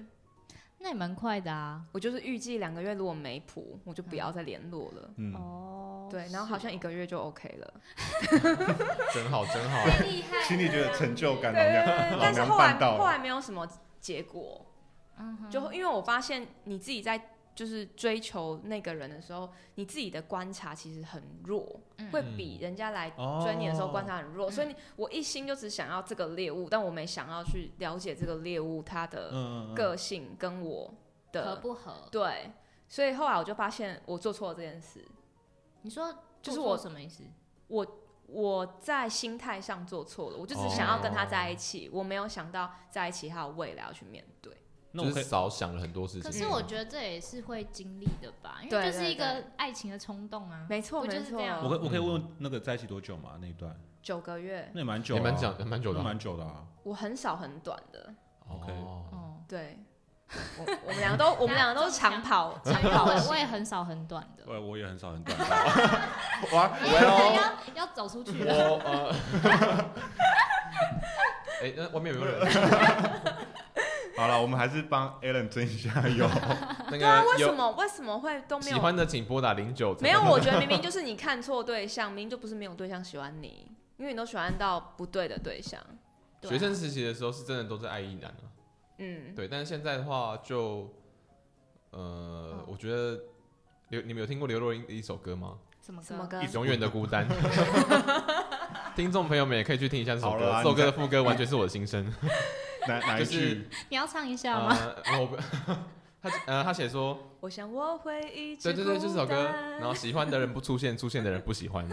D: 那也蛮快的啊，
A: 我就是预计两个月如果没谱，我就不要再联络了。
C: 嗯，
D: 哦，
A: 对，然后好像一个月就 OK 了。
B: 真好，真 *laughs* 好。
D: 厉害
C: 心里觉得成就感，
A: 对
C: 老
A: 对
C: 娘
A: 对，
C: 老
A: 但是
C: 娘
A: 后来
C: 办到
A: 后
C: 了。
A: 来没有什么结果，
D: 嗯哼，
A: 就因为我发现你自己在就是追求那个人的时候，你自己的观察其实很弱，
D: 嗯
A: 会比人家来
C: 哦
A: 追你的时候观察很弱。所以你我一心就只想要这个猎物，但我没想要去了解这个猎物它的
C: 嗯，嗯嗯
A: 个性跟我
D: 合
A: 的
D: 不合？
A: 对，所以后来我就发现我做错了这件事。
D: 你说
A: 就是
D: 做
A: 我
D: 错什么意思？
A: 我在心态上做错了，我就只想要跟他在一起，我没有想到在一起还有未来要去面对。
C: 那
B: 就
C: 我可
B: 是
C: 以，
B: 少想了很多事情。
D: 可是我觉得这也是会经历的吧，因
A: 对
D: 为就是一
A: 对
D: 个爱情的冲动啊。
A: 没错，
D: 我就是
A: 没错
D: 这，样
C: 我可以我可以
B: 嗯
C: 问那个在一起多久吗？那一段
A: 九个月，
C: 那也蛮久
B: 也
C: 的啊，
B: 蛮讲也蛮久的
C: 那
B: 啊。
C: 蛮久的啊。
A: 我很少很短的，
C: OK
B: 哦
C: *laughs*
D: 哦，
A: 对，我我们两个都我们两个都是长跑，长
D: 因为
A: 跑
D: 我
A: 型
D: 我也很少很短
C: *laughs*
D: 的，
C: 我我也很少很短，
A: *laughs*
B: 哇，
A: 哎
B: 我
D: *laughs*
C: 哦
D: 要要走出去了。
B: 我呃， *laughs* 哎，那外面有没有人？
A: *laughs*
C: 好了，我们还是帮 Alan 争一下
A: *laughs*
C: 油。
B: 那
A: 对啊，
B: 个
A: 为什
B: 有
A: 么为什么会都没
B: 喜
A: 有？
B: 欢的请拨打零九。
A: 没有，我觉得明明就是你看错对象，明明就不是没有对象喜欢你，因为你都喜欢到不对的对象。
D: 对啊
B: 学生时期的时候是真的都在爱一男啊。
A: 嗯，
B: 对，但是现在的话就，呃，
D: 嗯
B: 我觉得刘你们有听过刘若英的一首歌吗？
D: 什么
A: 什么
D: 歌？
A: 歌？
B: 《永远的
D: *laughs*
B: 孤单》。听众朋友们也可以去听一下这首
C: 好
B: 歌
C: 了，啊
B: 这首
C: 你
B: 歌的
C: 再
B: 副歌完全是我的心声。
C: 哪哪一
B: 就是
C: 句？
D: 你要唱一下吗？
B: 呃，我不他呃他写说，
A: 我想我会一直
B: 对对对，这首
A: 孤
B: 歌，
A: 单
B: 然后喜欢的人不出现，出现的人不喜欢，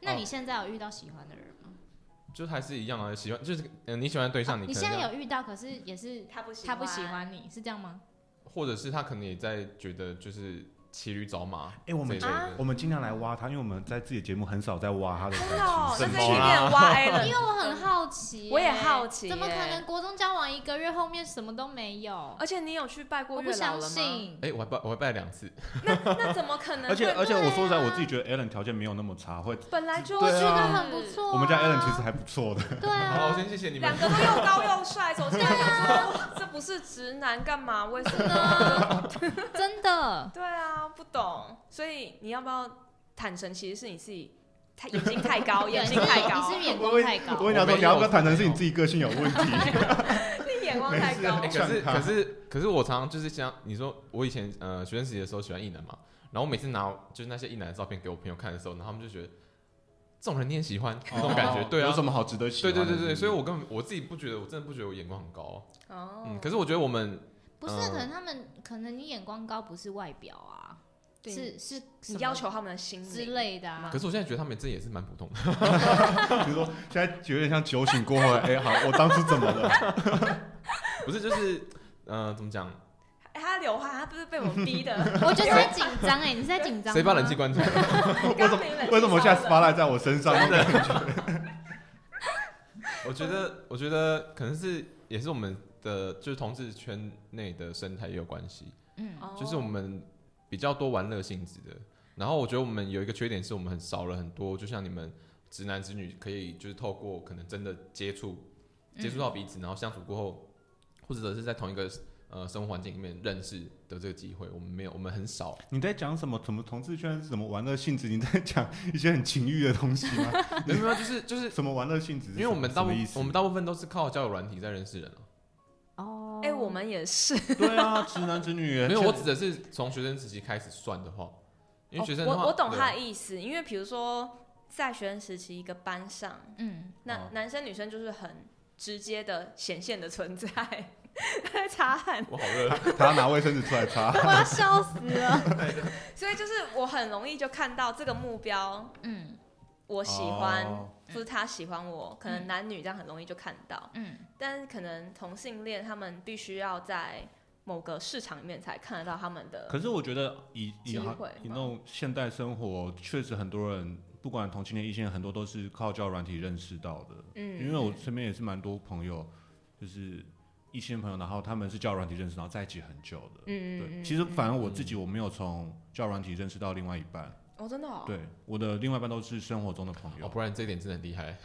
D: 那你现在有遇到喜欢的人吗？
B: 就还是一样啊，喜欢就是呃你喜欢的对象，
D: 哦
B: 你
D: 你
B: 可
D: 现
B: 能
D: 在
B: 要，
D: 有遇到，可是也是
A: 他不喜
D: 他不喜，欢你，是这样吗？
B: 或者是他可能也在觉得就是骑驴找马
C: 哎，我
B: 这
C: 们
B: 一类的
C: 我。们尽量来挖他，因为我们在自己的节目很少在挖他的
A: 真的哦
C: 感，
A: 那
C: 情
A: 这一
C: 生活
A: 期
C: 啦。
A: 变歪了，
D: 因为我很好奇耶、
A: 我也好奇耶
D: 怎么可能国中交往一个月后面什么都没有？
A: 而且你有去拜过
D: 我
A: 月
D: 不
A: 老
D: 相
A: 了吗？
D: 信。
B: 哎、我还拜我还拜了两次，
A: 那怎么可能？
C: 而且而且我说实
D: 对
C: 在，
D: 啊
C: 我自己觉得 Alan 条件没有那么差，会
A: 本来就
D: 我
C: 对
D: 觉
C: 啊
D: 得很不。错、啊。
C: 我们家 Alan 其实还不错的。
D: 对
B: 好，
D: 啊，
B: 先谢谢你们
A: 两。个都又高又帅，走进来就说这不是直男干嘛？为什么？
D: 真的。
A: 对啊，不懂。所以你要不要坦诚？其实是你自己太眼睛太高，眼睛太
D: 你
A: 高
D: 是，不是眼光太高
C: 我？跟你
B: 我
C: 讲说，
B: 没有
C: 你要不要坦诚是你自己个性有问
A: *laughs*
C: 题？
A: 你眼光太高
B: *laughs* 哎、。可是
C: 像他
B: 可是可是我常常就是像你说，我以前呃学生时期的时候喜欢异男嘛，然后我每次拿就是那些异男的照片给我朋友看的时候，然后他们就觉得这种人你也喜欢
C: 哦
B: 那种感觉，对啊
C: 有，什么好值得喜
B: 对
C: 欢的？
B: 对对对，所以
C: 我
B: 我根本我自己不觉得，我真的不觉得我眼光很高，
A: 哦，
B: 嗯，可是我觉得我们
D: 不是，
B: 嗯
D: 可能他们可能你眼光高不是外表啊，
A: 对
D: 是是什
A: 你
D: 么
A: 要求他们的心
D: 之
A: 灵
D: 类的啊
B: 可。是我现在觉得他们自己也是蛮普通的，
C: 比如说现在有点像酒醒过后，哎，好，我当初怎么了？
B: *laughs* 不是就是呃怎么讲，
A: 哎他流汗，他不是被我们逼的。
D: *laughs* 我觉得在紧张哎，你是在紧张吗？
B: 谁把冷气关掉？
A: 为什么
C: 为什么现在 spotlight 在我身上？
B: 真的，我觉得我觉得可能是也是我们的就是同志圈内的生态也有关系，
D: 嗯，
B: 就是我们比较多玩乐性质的。然后我觉得我们有一个缺点是我们很少了很多，就像你们直男直女可以就是透过可能真的接触
A: 嗯
B: 接触到彼此，然后相处过后，或者是在同一个呃生活环境里面认识的这个机会，我们没有，我们很少。
C: *laughs*
B: *laughs*
C: 你在讲什么？什么同志圈？什么玩乐性质？你在讲一些很情欲的东西
B: *laughs*
C: 吗？
B: 没有没有，就是
C: *laughs*
B: 就是
C: 什么玩乐性质是什
B: 因
C: 么？
B: 为我们大部
C: 什么意思
B: 我们大部分都是靠交友软体在认识人啊。
D: 哦，
A: 哎，我们也是，
C: 对啊，直男直女
B: 没有，我指的是从学生时期开始算的话，因为学生的
A: 哦
B: 话，
A: 我我懂
B: 对啊
C: 啊
A: 他的意思，因为比如说在学生时期一个班上，
D: 嗯，
A: 那
C: 哦
A: 男生女生就是很直接的显现的存在， *laughs* 在擦汗，
B: 我好热， *laughs*
C: 他拿卫生纸出来擦。
D: *laughs* 我要笑死
C: *laughs*
D: 了。
A: 所以就是我很容易就看到这个目标，
D: 嗯
A: 我喜欢，
C: 哦
A: 或是他喜欢我，可能男女这样很容易就看到，
D: 嗯，
A: 但是可能同性恋他们必须要在某个市场里面才看得到他们的
C: *laughs* 可是我觉得以以
A: 机会
C: 哈以那种现代生活，确实很多人不管同性恋、异性恋，很多都是靠交友软体认识到的。
A: 嗯，
C: 因为我身边也是蛮多朋友，就是异性朋友，然后他们是交友软体认识，然后在一起很久的。
A: 嗯嗯
C: 对，
A: 嗯，
C: 其实反而我自己我没有从交友软体认识到另外一半，
A: 哦真的哦，
C: 对，我的另外一半都是生活中的朋
B: 哦，
C: 友。
B: 不然这一点真的很厉害，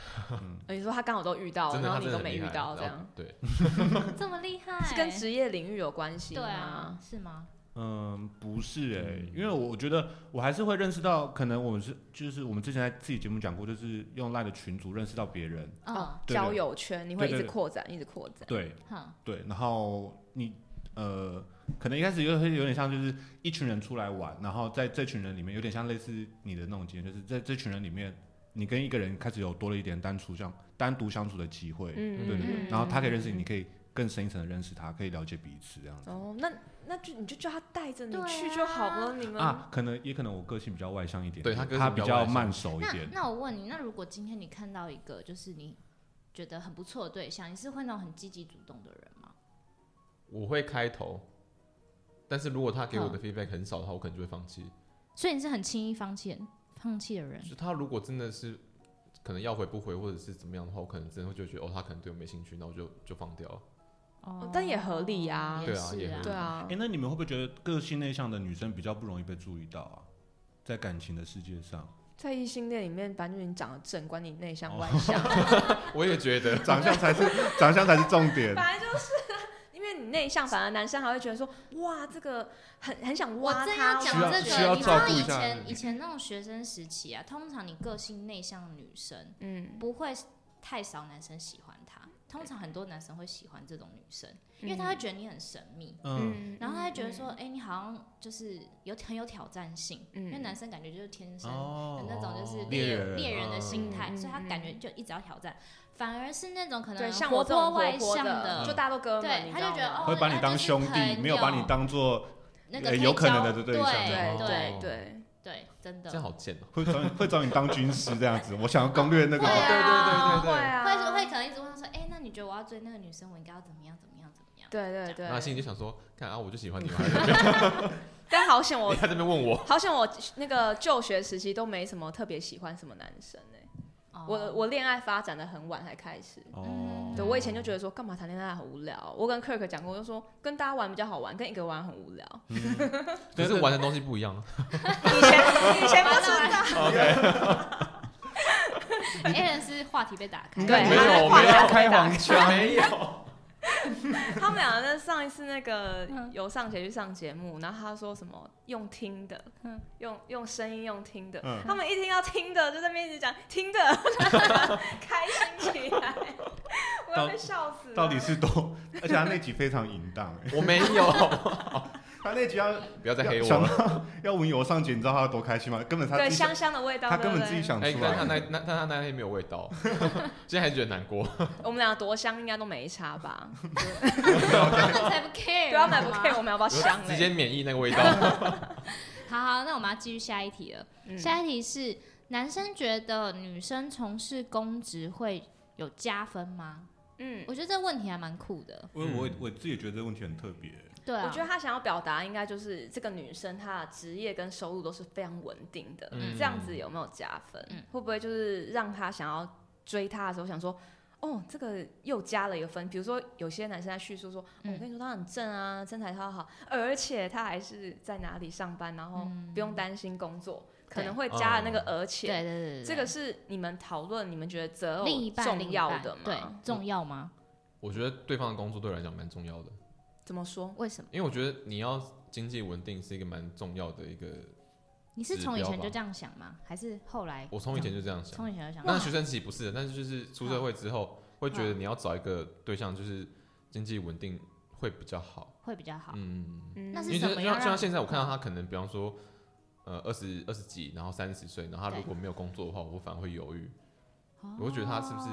A: 呃你说他刚好都遇到，
B: 真的
A: 然
B: 他
A: 后你
B: 真的
A: 都
B: 很
A: 没
B: 厉
A: 遇
B: 害，
A: 到这
B: 然后
A: 样。
B: 对，
D: 这么厉害，
A: 是跟职业领域有关系
D: 对啊
A: 吗，，
D: 是吗？
C: 嗯，不是哎、
B: 嗯
C: 因为我觉得我还是会认识到，可能我们是就是我们之前在自己节目讲过，就是用赖的群组认识到别人，
D: 嗯，
C: 对
A: 哦交友圈你会一
C: 对
A: 直
C: 对对
A: 扩展，一直扩展。
C: 对
D: 哼，
C: 对，然后你呃，可能一开始就会有点像就是一群人出来玩，然后在这群人里面有点像类似你的那种经验，就是在这群人里面，你跟一个人开始有多了一点单独相单独相处的机会，
A: 嗯
C: 对
A: 嗯
C: 对
A: 嗯
C: 对，然后他可以认识你，你可以更深一层的认识他，可以了解彼此这样子。
A: 哦，那那就你就叫他带着你
D: 对啊
A: 去就好了，你们
C: 啊，可能也可能我个性比较外向一点点，
B: 对他个性
C: 他
B: 比
C: 比
B: 较外
C: 较
B: 向
C: 慢熟一
D: 那 *laughs*
C: 点。
D: 那我问你，那如果今天你看到一个就是你觉得很不错的对象，你是会那种很积极主动的人吗？
B: 我会开头，但是如果他给我的 feedback 很少的话，我可能就会放弃。
D: 所以你是很轻易放弃放弃的人
B: 就他如果真的是可能要回不回，或者是怎么样的话，我可能真的会就觉得哦，他可能对我没兴趣，那我就就放掉了。
D: 哦
A: 但也合理啊
D: 也
B: 对啊
D: 是
B: 也合理
A: 对啊
C: 哎、，那你们会不会觉得个性内向的女生比较不容易被注意到啊？在感情的世界上，
A: 在异性恋里面，反正你长得正，管你内向
C: 哦
A: 外
C: *laughs*
A: 向，
B: 我也觉得，
C: 长相才是 *laughs* 长相才是重点。
A: 本来就是 *laughs* 啊。因为你内向，反而男生还会觉得说，哇，这个很很想
D: 我
A: 挖
D: 正
A: 他
D: 要
A: 哦，
D: 讲
C: 需要
D: 这
C: 需要
D: 个，你知
C: 照
D: 道
C: 顾一
D: 以
C: 下
D: 前以前那种学生时期啊，通常你个性内向的女生
A: 嗯，
D: 不会太少男生喜欢她，通常很多男生会喜欢这种女生，因为他会觉得你很神秘，
C: 嗯，
A: 嗯，嗯，
D: 然后他会觉得说，哎、你好像就是有很有挑战性，
A: 嗯，
D: 因为
A: 嗯
D: 男生感觉就是天生
C: 哦
D: 的那种就是
B: 哦
C: 猎
D: 猎
C: 人
D: 猎人的心态，
A: 嗯
D: 所以他感觉就一直要挑战，反而是那种可
A: 对
D: 能
A: 像
D: 活
A: 我这
D: 泼
A: 种
D: 外
A: 活
D: 向
A: 泼
D: 的，
C: 嗯
A: 就大家都哥们，
D: 对
A: 你
D: 他
A: 知
D: 就
A: 道
D: 觉得
A: 吗
D: 哦
C: 会把你当兄
D: 那就是
C: 弟，
D: 朋
C: 没有把你
D: 友
C: 当做
D: 那个
C: 呃
D: 可以
C: 有可能的哦
D: 交
C: 对象
D: 对
A: 对
D: 对
A: 对对，
D: 对，真
B: 这
D: 的
B: 样好贱哦。
C: 会找你会找你当军师这样子。我想要攻略那个
D: 对啊
B: 哦对对对对对
A: 会啊，
D: 会说会可能一直问他说，哎、那你觉得我要追那个女生，我应该要怎么样怎么样怎么样？
A: 对对对，
B: 然后心里就想说，看啊，我就喜欢你嘛，还在那边
A: 但好险我
B: 你还在那边问我，
A: 好像我那个就学时期都没什么特别喜欢什么男生哎、
D: 哦
A: 我 *laughs* 我恋爱发展的很晚才开始。
C: 哦，
A: 对，我以前就觉得说，干嘛谈恋爱很无聊。我跟 Kirk 讲过，就说跟大家玩比较好玩，跟一个玩很无聊。
B: 可是玩的东西不一样啊。
A: 以 *laughs* 前以前不知道，
D: a l n 哎是话题被打开，
A: 对
C: 没有
A: 他
C: 没
A: 在打
C: 有开黄 *laughs* 腔，
B: 没有。
A: 他们两个在上一次那个
D: 嗯
A: 有上节去上节目，然后他说什么用听的
D: 嗯，
A: 用用声音用听的，
C: 嗯
A: 他们一听到听的就在那边一直讲听的， *laughs* 开心起来，我要被笑死了。
C: *laughs* 到底是多，而且他那集非常淫荡，哎
B: 我没有，
C: 他那集要
B: 不要再黑我
C: 想
B: 了。
C: 到 *laughs* 要吻我上去，你知道他多开心吗？根本他
A: 对
C: 自己想
A: 香香的味道，
C: 他
A: 对
C: 根
A: 不
C: 本自己
A: 对？
C: 想
B: 哎、
C: 出
B: 但
C: 来
B: 他
C: 的。
B: 那那但他那天没有味道，现在还觉得难过。
A: 我们俩多香，应该都没差吧？
D: 他们才不 care，
A: 对啊，买不
D: 好吗
A: care，我们要不要香
B: 直
A: 嘞？
B: 接免疫那个味道。
D: 好好，那我们要继续下一题了。
A: 嗯
D: 下一题是男生觉得女生从事公职会有加分吗？
A: 嗯，
D: 我觉得这问题还蛮酷的。
C: 因为我我自己觉得这个问题很特别，
D: 对啊，
A: 我觉得他想要表达应该就是这个女生她的职业跟收入都是非常稳定的，
B: 嗯
A: 这样子有没有加分？
D: 嗯
A: 会不会就是让他想要追她的时候想说？哦，这个又加了一个分。比如说，有些男生在叙述说：“哦
D: 嗯
A: 我跟你说，他很正啊，身材超好，而且他还是在哪里上班，然后
D: 嗯
A: 不用担心工作，可
D: 对
A: 能会加了那个而
D: 对
A: 且。
D: 对对对，对
A: 这个是你们讨论，你们觉得择偶
D: 另一半
A: 重要的嗯
D: 另
A: 吗？
D: 一半对重要吗？
B: 我觉得对方的工作对我来讲蛮重要的，
A: 怎么说？
D: 为什么？
B: 因为我觉得你要经济稳定是一个蛮重要的一个。
D: 你是从以
B: 指
D: 前
B: 标吧
D: 就这样想吗？还是后来？嗯
B: 我从以前就这样想，
D: 从以前就想，哦
B: 那学生时期不是的，但是就是出社会之后，会觉得你要找一个对象，就是经济稳定会比较好。
D: 会比较好。
B: 嗯，
A: 嗯
D: 那
B: 因
D: 是
B: 为就
D: 什么
B: 就
D: 样
B: 像
D: 让嗯
B: 就像现在，我看到他可能，比方说，呃，二十二十几，然后三十岁，然后他如
D: 对
B: 果没有工作的话，我反而会犹豫，
D: 哦
B: 嗯我会觉得他是不是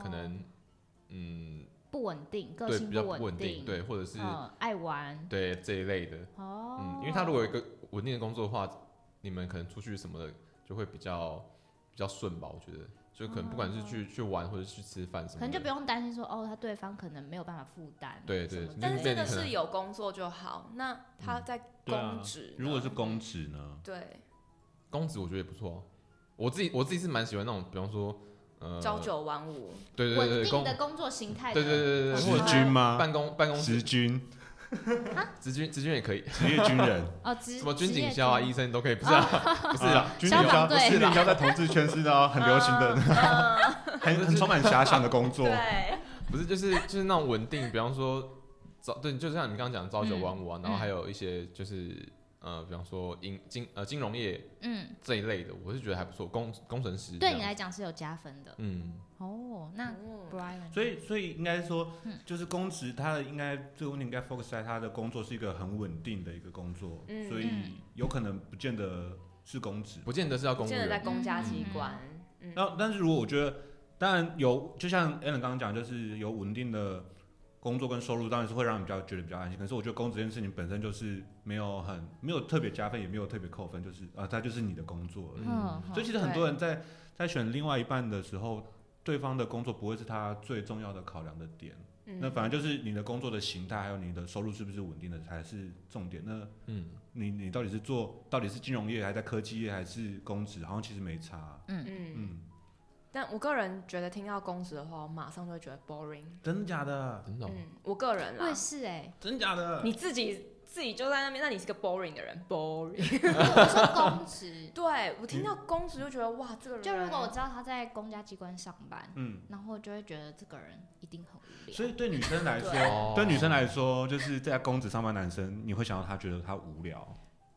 B: 可能，嗯，
D: 不稳定，哦个
B: 对，
D: 性
B: 比较不
D: 稳
B: 稳定，对，或者是
D: 嗯，爱玩
B: 对这一类的，
D: 哦。
B: 嗯，因为他如果有一个稳定的工作的话，你们可能出去什么的就会比较比较顺吧，我觉得，就可能不管是去、去玩或者去吃饭什
D: 哦
B: 么的，
D: 可能就不用担心说哦，他对方可能没有办法负担。
B: 对对
D: 什么之
B: 你
A: 但
D: 类
A: 是这
D: 的
B: 变
A: 个
B: 得可
A: 是
B: 能
A: 有工作就好，那他在
C: 对啊
A: 公职呢、
C: 如果是公职呢？
A: 对
B: 公子我觉得也不错，啊我自己我自己是蛮喜欢那种，比方说呃，
A: 朝九晚五，
B: 对对对
D: 稳
B: 对，
D: 定
B: 公
D: 的啊工作形态的。
B: 对对对对
D: 时间
B: 对，或
C: 职
B: 者
C: 军吗？
B: 呃办公办公
C: 职
B: 室
C: 军，
B: 职军职军也可以，
C: 职业军人。
D: 哦，职
B: 什么军
D: 职业
B: 警校啊、
D: 军
B: 医生都可以，不是啊，不是啊，
C: 军
D: 消
C: 警
D: 防
C: 校，
D: 队
C: 军警校在同志圈是啊， *laughs* 很流行的， *laughs* 很很充满遐想的工作。
A: 嗯
D: *laughs*
A: 对，
B: 不是就是就是那种稳定，比方说早对，就像你刚刚讲的
D: 嗯
B: 朝九晚五啊，然后还有一些就是呃，比方说银金呃金融业
D: 嗯，
B: 这一类的，我是觉得还不错，工工程师这
D: 对
B: 样
D: 你来讲是有加分的。
B: 嗯，
D: 哦，那
A: 嗯
D: Brian，
C: 所以，所以应该说
D: 嗯，
C: 就是公职，他的应该这个问题应该 focus 在他的工作是一个很稳定的一个工作，
A: 嗯
C: 所
D: 嗯
C: 以有可能不见得是公职。
B: 不见得是要
A: 不
B: 公务
A: 见得在
B: 员，
A: 公家
D: 嗯
A: 机关，嗯，
C: 那但是如果我觉得，当然有，就像 Alan 刚刚讲，就是有稳定的工作跟收入，当然是会让你比较觉得比较安心。可是我觉得工作这件事情本身就是没有很没有特别加分，也没有特别扣分，就是啊，它就是你的工作而已。
D: 嗯，
C: 所以其实很多人在在选另外一半的时候，对方的工作不会是他最重要的考量的点。
A: 嗯
C: 那反而就是你的工作的形态，还有你的收入是不是稳定的才是重点。那
B: 嗯，
C: 你你到底是做到底是金融业，还是在科技业，还是公职？好像其实没差。
A: 嗯。
C: 嗯，
A: 但我个人觉得听到公职的话，我马上就会觉得 boring。
C: 真的假的？
B: 真的哦
A: 嗯，我个人
D: 我
A: 啦
D: 也，是 *laughs* 哎，
C: 真假的？
A: 你自己自己就在那边，那你是个 boring 的人，boring。，
D: 我说公职
A: 对我听
C: 嗯
A: 到公职就觉得哇，这个人
D: 就如果我知道他在公家机关上班，
C: 嗯，
D: 然后我就会觉得这个人一定很无聊。
C: 所以对女生来
A: 对
C: 说，
B: 哦
C: 对女生来说，就是在公职上班，男生你会想到他觉得他无聊。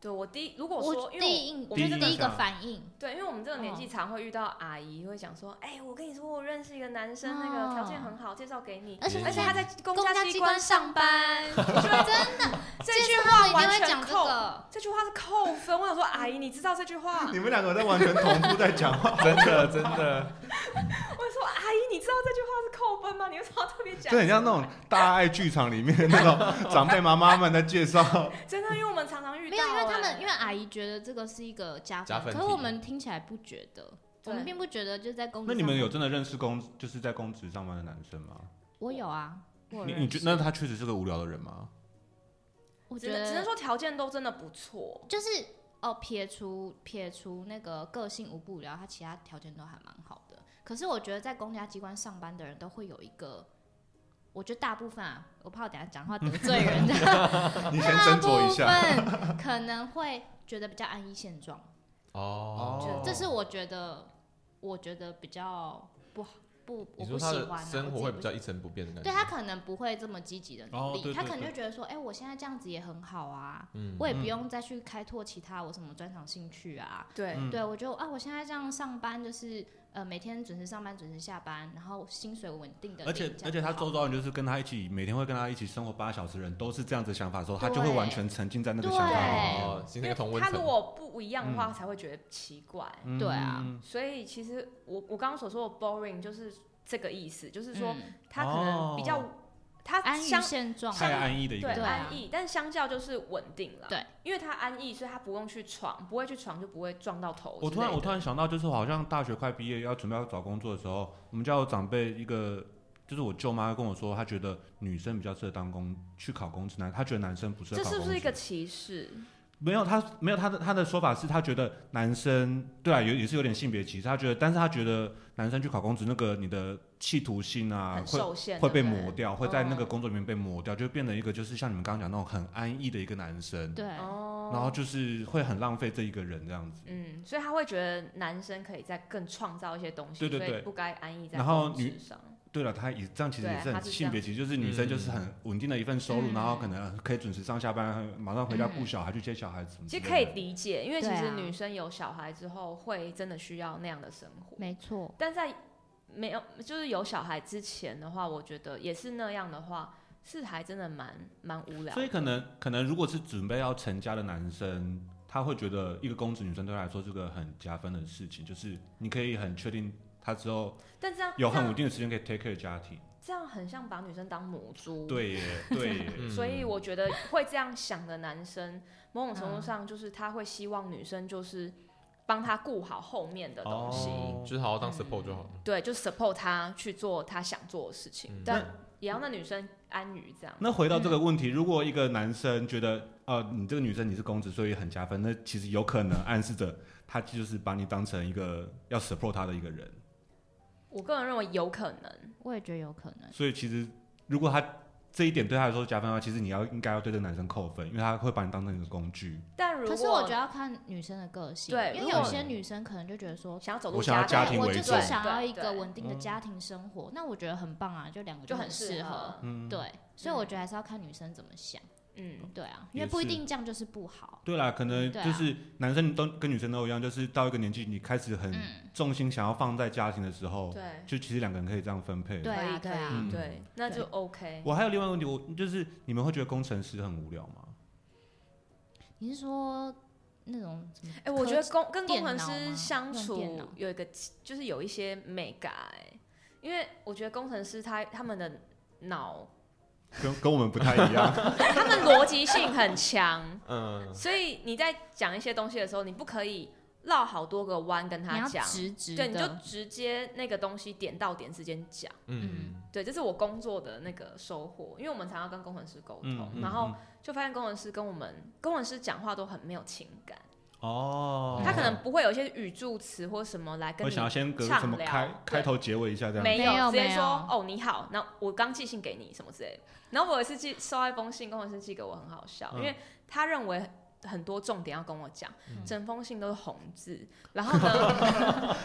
A: 对我第一如果
D: 我
A: 说，因为
D: 第一印
A: 我
C: 第
D: 第
C: 一印
D: 一个
C: 象
D: 反应，
A: 对，因为我们这个年纪
D: 哦
A: 常会遇到阿姨会讲说，哎、我跟你说，我认识一个男生，那
D: 哦
A: 个条件很好，介绍给你，
D: 而
B: 且
A: 而且他在公
D: 嗯公
A: 家
D: 家
A: 机
D: 机
A: 关
D: 关
A: 上
D: 上班，
A: 班，
D: *laughs* 我觉得真的，
A: 这
D: 介
A: 句
D: 绍
A: 话
D: 一定
A: 完
D: 会
A: 全
D: 讲这
A: 扣
D: 个。
A: 这句话是扣分。我想说，阿姨，你知道这句话？
D: 嗯
C: 你们两个在完全同步在讲话，
B: 真
C: *laughs*
B: 的真的，
A: 我说，阿姨，你知道这句话是扣分吗？你为什么要特别讲？
C: 就很像那种大爱剧场里面的那种长辈妈妈们在介绍。
A: 真的，因为我们常常遇到、
D: 没有，因为他
A: 哎
D: 们因为阿姨觉得这个是一个加
B: 加分
D: 可是
B: 题
D: 我们听起来不觉得，我们
A: 对
D: 并不觉得就在公。
C: 那你们有？真的认识公就是在公职上班的男生吗？
D: 我有啊，我有
C: 你
D: 认
C: 你觉
D: 识
C: 那他确实是个无聊的人吗？
D: 我
A: 只
D: 觉
A: 能只
D: 得
A: 能说条件都真的不错。
D: 就是哦，撇除撇除那个个性无不聊，他其他条件都还蛮好的。可是我觉得在公家机关上班的人都会有一个，我觉得大部分啊，我怕我等下讲话得罪人，这样
C: *laughs* 你先斟酌一下。
D: 大部分可能会觉得比较安逸现状，
B: 哦，
D: 就这是我觉得我觉得比较不好不，我
B: 你
D: 不
B: 说
D: 喜欢、
B: 他的
D: 啊、
B: 生活
D: 我
B: 会
D: 自己
B: 比
D: 不
B: 较
D: 喜
B: 一成不变的感觉，
D: 对啊他可能不会这么积极的努力，
C: 哦对
D: 他
C: 对
D: 可能
C: 对
D: 就觉得说，哎、我现在这样子也很好啊，
B: 嗯
D: 我也不
C: 嗯
D: 用再去开拓其他我什么专长兴趣啊，
A: 对，
C: 嗯
D: 对，我觉得啊，我现在这样上班就是呃每天准时上班、准时下班，然后薪水稳定的领，
C: 而且
D: 这样
C: 而且他
D: 就好
C: 周遭人就是跟他一起每天会跟他一起生活八小时的人，都是这样子的想法的时候，他就会
D: 对
C: 完全沉浸在那个想法里面。
B: 哦，形成一个同温
A: 他如
B: 层。
A: 果不一样的
D: 嗯
A: 话，才会觉得奇怪。
C: 嗯
D: 对啊，
A: 所以其实我我刚刚所说的 boring 就是这个意思，就是说
D: 嗯哦
A: 他可能比较、他
D: 安于
A: 相
D: 现状
C: 太
D: 啊，
C: 安逸的一个
A: 对
D: 对
C: 人，
D: 啊
A: 安逸，但相较就是稳定了。
D: 对，
A: 因为他安逸，所以他不用去闯，不会去闯就不会撞到头之类的。
C: 我突然我突然想到，就是我好像大学快毕业要准备要找工作的时候，我们家有长辈一个，就是我舅妈跟我说，她觉得女生比较适合当公去考公职，男她觉得男生不适合
A: 这
C: 考
A: 是
C: 公
A: 不
C: 职。
A: 是一个歧视？
C: 没有她没有她的她的说法是，她觉得男生对啊，有也是有点性别歧视，她觉得，但是她觉得男生去考公职，那个你的企图性啊
A: 很，
C: 会
A: 受限，
C: 会被
A: 对不对
C: 磨掉，会在那个
A: 嗯
C: 工作里面被磨掉，就变成一个就是像你们刚刚讲那种很安逸的一个男生，
D: 对，
A: 哦。
C: 然后就是会很浪费这一个人这样子。
A: 嗯，所以他会觉得男生可以再更创造一些东西，
C: 对对
A: 所以
C: 对
A: 不该安逸在
C: 然后
A: 工
C: 女嗯
A: 作上。
C: 对了，他也这样其实
A: 对
C: 也是
A: 他
C: 很
A: 是这
C: 性
A: 样
C: 别歧视，就是女生就是很稳定的一份收入，
D: 嗯
C: 然后可能呃可以准时上下班，呃马上回家顾
D: 嗯
C: 小孩、去接小孩什么之
A: 其
C: 类
A: 实
C: 的。
A: 可以理解，因为其
D: 对
A: 实
D: 啊
A: 女生有小孩之后，会真的需要那样的生活。
D: 没错，
A: 但在没有就是有小孩之前的话，我觉得也是那样的话，是还真的蛮蛮无聊的。
C: 所以可能可能如果是准备要成家的男生，他会觉得一个公子女生对他来说是个很加分的事情，就是你可以很确定他之后
A: 但这样
C: 有很
A: 这
C: 稳
A: 样
C: 定的时间可以 take care 家庭。
A: 这样很像把女生当母猪。。
C: 对耶，对耶。
B: 嗯
A: 所以我觉得会这样想的男
C: *laughs*
A: 生，某种程度
C: 嗯
A: 上就是他会希望女生就是帮他顾好后面的东西，
C: 哦
B: 就是好好
D: 嗯
B: 当 support 就好了。
A: 对，就 support 他去做他想做的事情，
B: 嗯
A: 但也要那女生安于这样。
C: 那回到这个问题，如果一个男生觉得，呃，你这个女生你是公子，所以很加分，那其实有可能暗示着他就是把你当成一个要 support 他的一个人。
A: 我个人认为有可能，
D: 我也觉得有可
A: 嗯
D: 能。
C: 所以其实如果他这一点对他来说是加分的话，其实你要应该要对这个男生扣分，因为他会把你当成一个工具。
A: 但如果
D: 可是我觉得要看女生的个性，
A: 对
D: 因
A: 如
D: 为
A: 果
D: 有些女生可能就觉得说，
A: 想要走
C: 我
A: 入
C: 想要家
D: 对
C: 庭
D: 我
C: 为
D: 就是
C: 重
D: 想要一个
A: 对对
D: 稳定的
C: 嗯
D: 家庭生活，那我觉得很棒啊，就两个
A: 就很
D: 很
A: 适
D: 合。
A: 合，
C: 嗯，
D: 对，所以我觉得还是要看女生怎么想，
A: 嗯，
D: 对啊，
C: 也
D: 因为不一
C: 是
D: 定这样就是不好。
C: 对啦，可能
D: 对啊
C: 就是男生都跟女生都一样，就是到一个年纪，你开始很
D: 嗯，
C: 重心想要放在家庭的时候，
A: 对，
C: 就其实两个人可以这样分配。
D: 对
A: 可
D: 啊，
A: 以
D: 对
A: 可
D: 啊，
A: 以，
C: 嗯
A: 对，那就
D: 对
A: OK。
C: 我还有另外一个问题，我就是你们会觉得工程师很无聊吗？
D: 你是说那种什么
A: 哎，我觉得工跟工
D: 电
A: 程
D: 脑
A: 师
D: 吗
A: 相
D: 用电脑
A: 处有一个就是有一些美感，哎因为我觉得工程师他他们的脑，
C: 跟跟我们不太一样。
A: 他们逻辑性很
D: *laughs*
A: 强，
B: 嗯，
A: 所以你在讲一些东西的时候，你不可以绕好多个弯跟
D: 你要
A: 他讲，
D: 直直
A: 对，你就
D: 的，
A: 直接那个东西点到点之间讲。
B: 嗯，
A: 对，这是我工作的那个收获，因为我们常要跟工程师沟通，
C: 嗯，嗯
A: 然后
C: 嗯
A: 就发现工程师跟我们工程师讲话都很没有情感，
C: 哦，
A: 他可能不会有一些语助词或什么来跟
C: 我
A: 你
C: 想要先隔什
A: 畅
C: 么
A: 聊
C: 开
A: 对
C: 开头结尾一下这样。
A: 没
D: 没有
A: 直接
D: 没有
A: 说哦你好，那我刚寄信给你什么之类的。然后我有一次寄收到一封信，工程师寄给我很好笑，
C: 嗯
A: 因为他认为很多重点要跟我讲，
B: 嗯
A: 整封信都是红字。然后呢，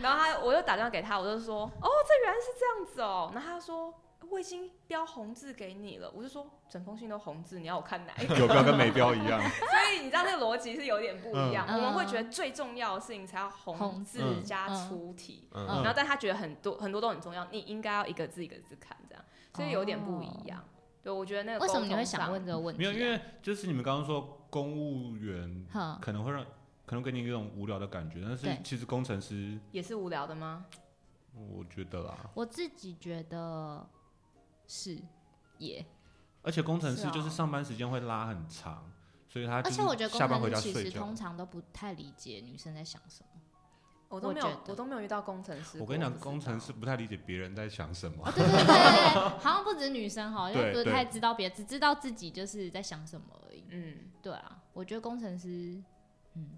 A: 然后他我就打电话给他，我就说哦这原来是这样子哦。然后他说。我已经标红字给你了，我就说整封信都红字，你要我看哪一
C: *laughs*
A: 个？
C: 有标跟没
A: *laughs*
C: 标一样，
A: 所以你知道那个逻辑是有点不一样。
D: 嗯
A: 我们会觉得最重要的事情才要红
D: 红
A: 字
C: 字
A: 加
D: 嗯
A: 粗体，
D: 嗯
B: 嗯
A: 然后但他觉得很多很多都很重要，你应该要一个字一个字看，这样，所以有点不一样。
C: 哦
A: 对，我觉得那个
D: 为什么
A: 沟
D: 你
A: 通
D: 会想
A: 上
D: 问这个问题
C: 没有，
D: 啊？
C: 因为就是你们刚刚说公务员
D: 哼，
C: 可能会让可能给你一种无聊的感觉，但是
D: 啊对
C: 其实工程师，
A: 也是无聊的吗？
C: 我觉得啦，
D: 我自己觉得是也，
C: 而且工程
A: 是
C: 师
A: 啊
C: 就是上班时间会拉很长，所以他
D: 而
C: 就是
D: 且我觉得
C: 下班
D: 工
C: 回
D: 程
C: 家
D: 师其
C: 睡
D: 实
C: 觉
D: 通。常都不太理解女生在想
C: *laughs*
D: 什么。
A: 我都没
D: 我
A: 有
D: 觉，得
A: 我都没有遇到工程师过。
C: 我跟你讲，
A: 不知道
C: 工程师不太理解别人在想什么
D: 哦，。对对对对对，好像不止女生
C: *laughs*
D: 哈，好像
C: 对
D: 不是
C: 对
D: 太知道别，只知道自己就是在想什么而已。
A: 嗯，
D: 对啊，我觉得工程师，嗯，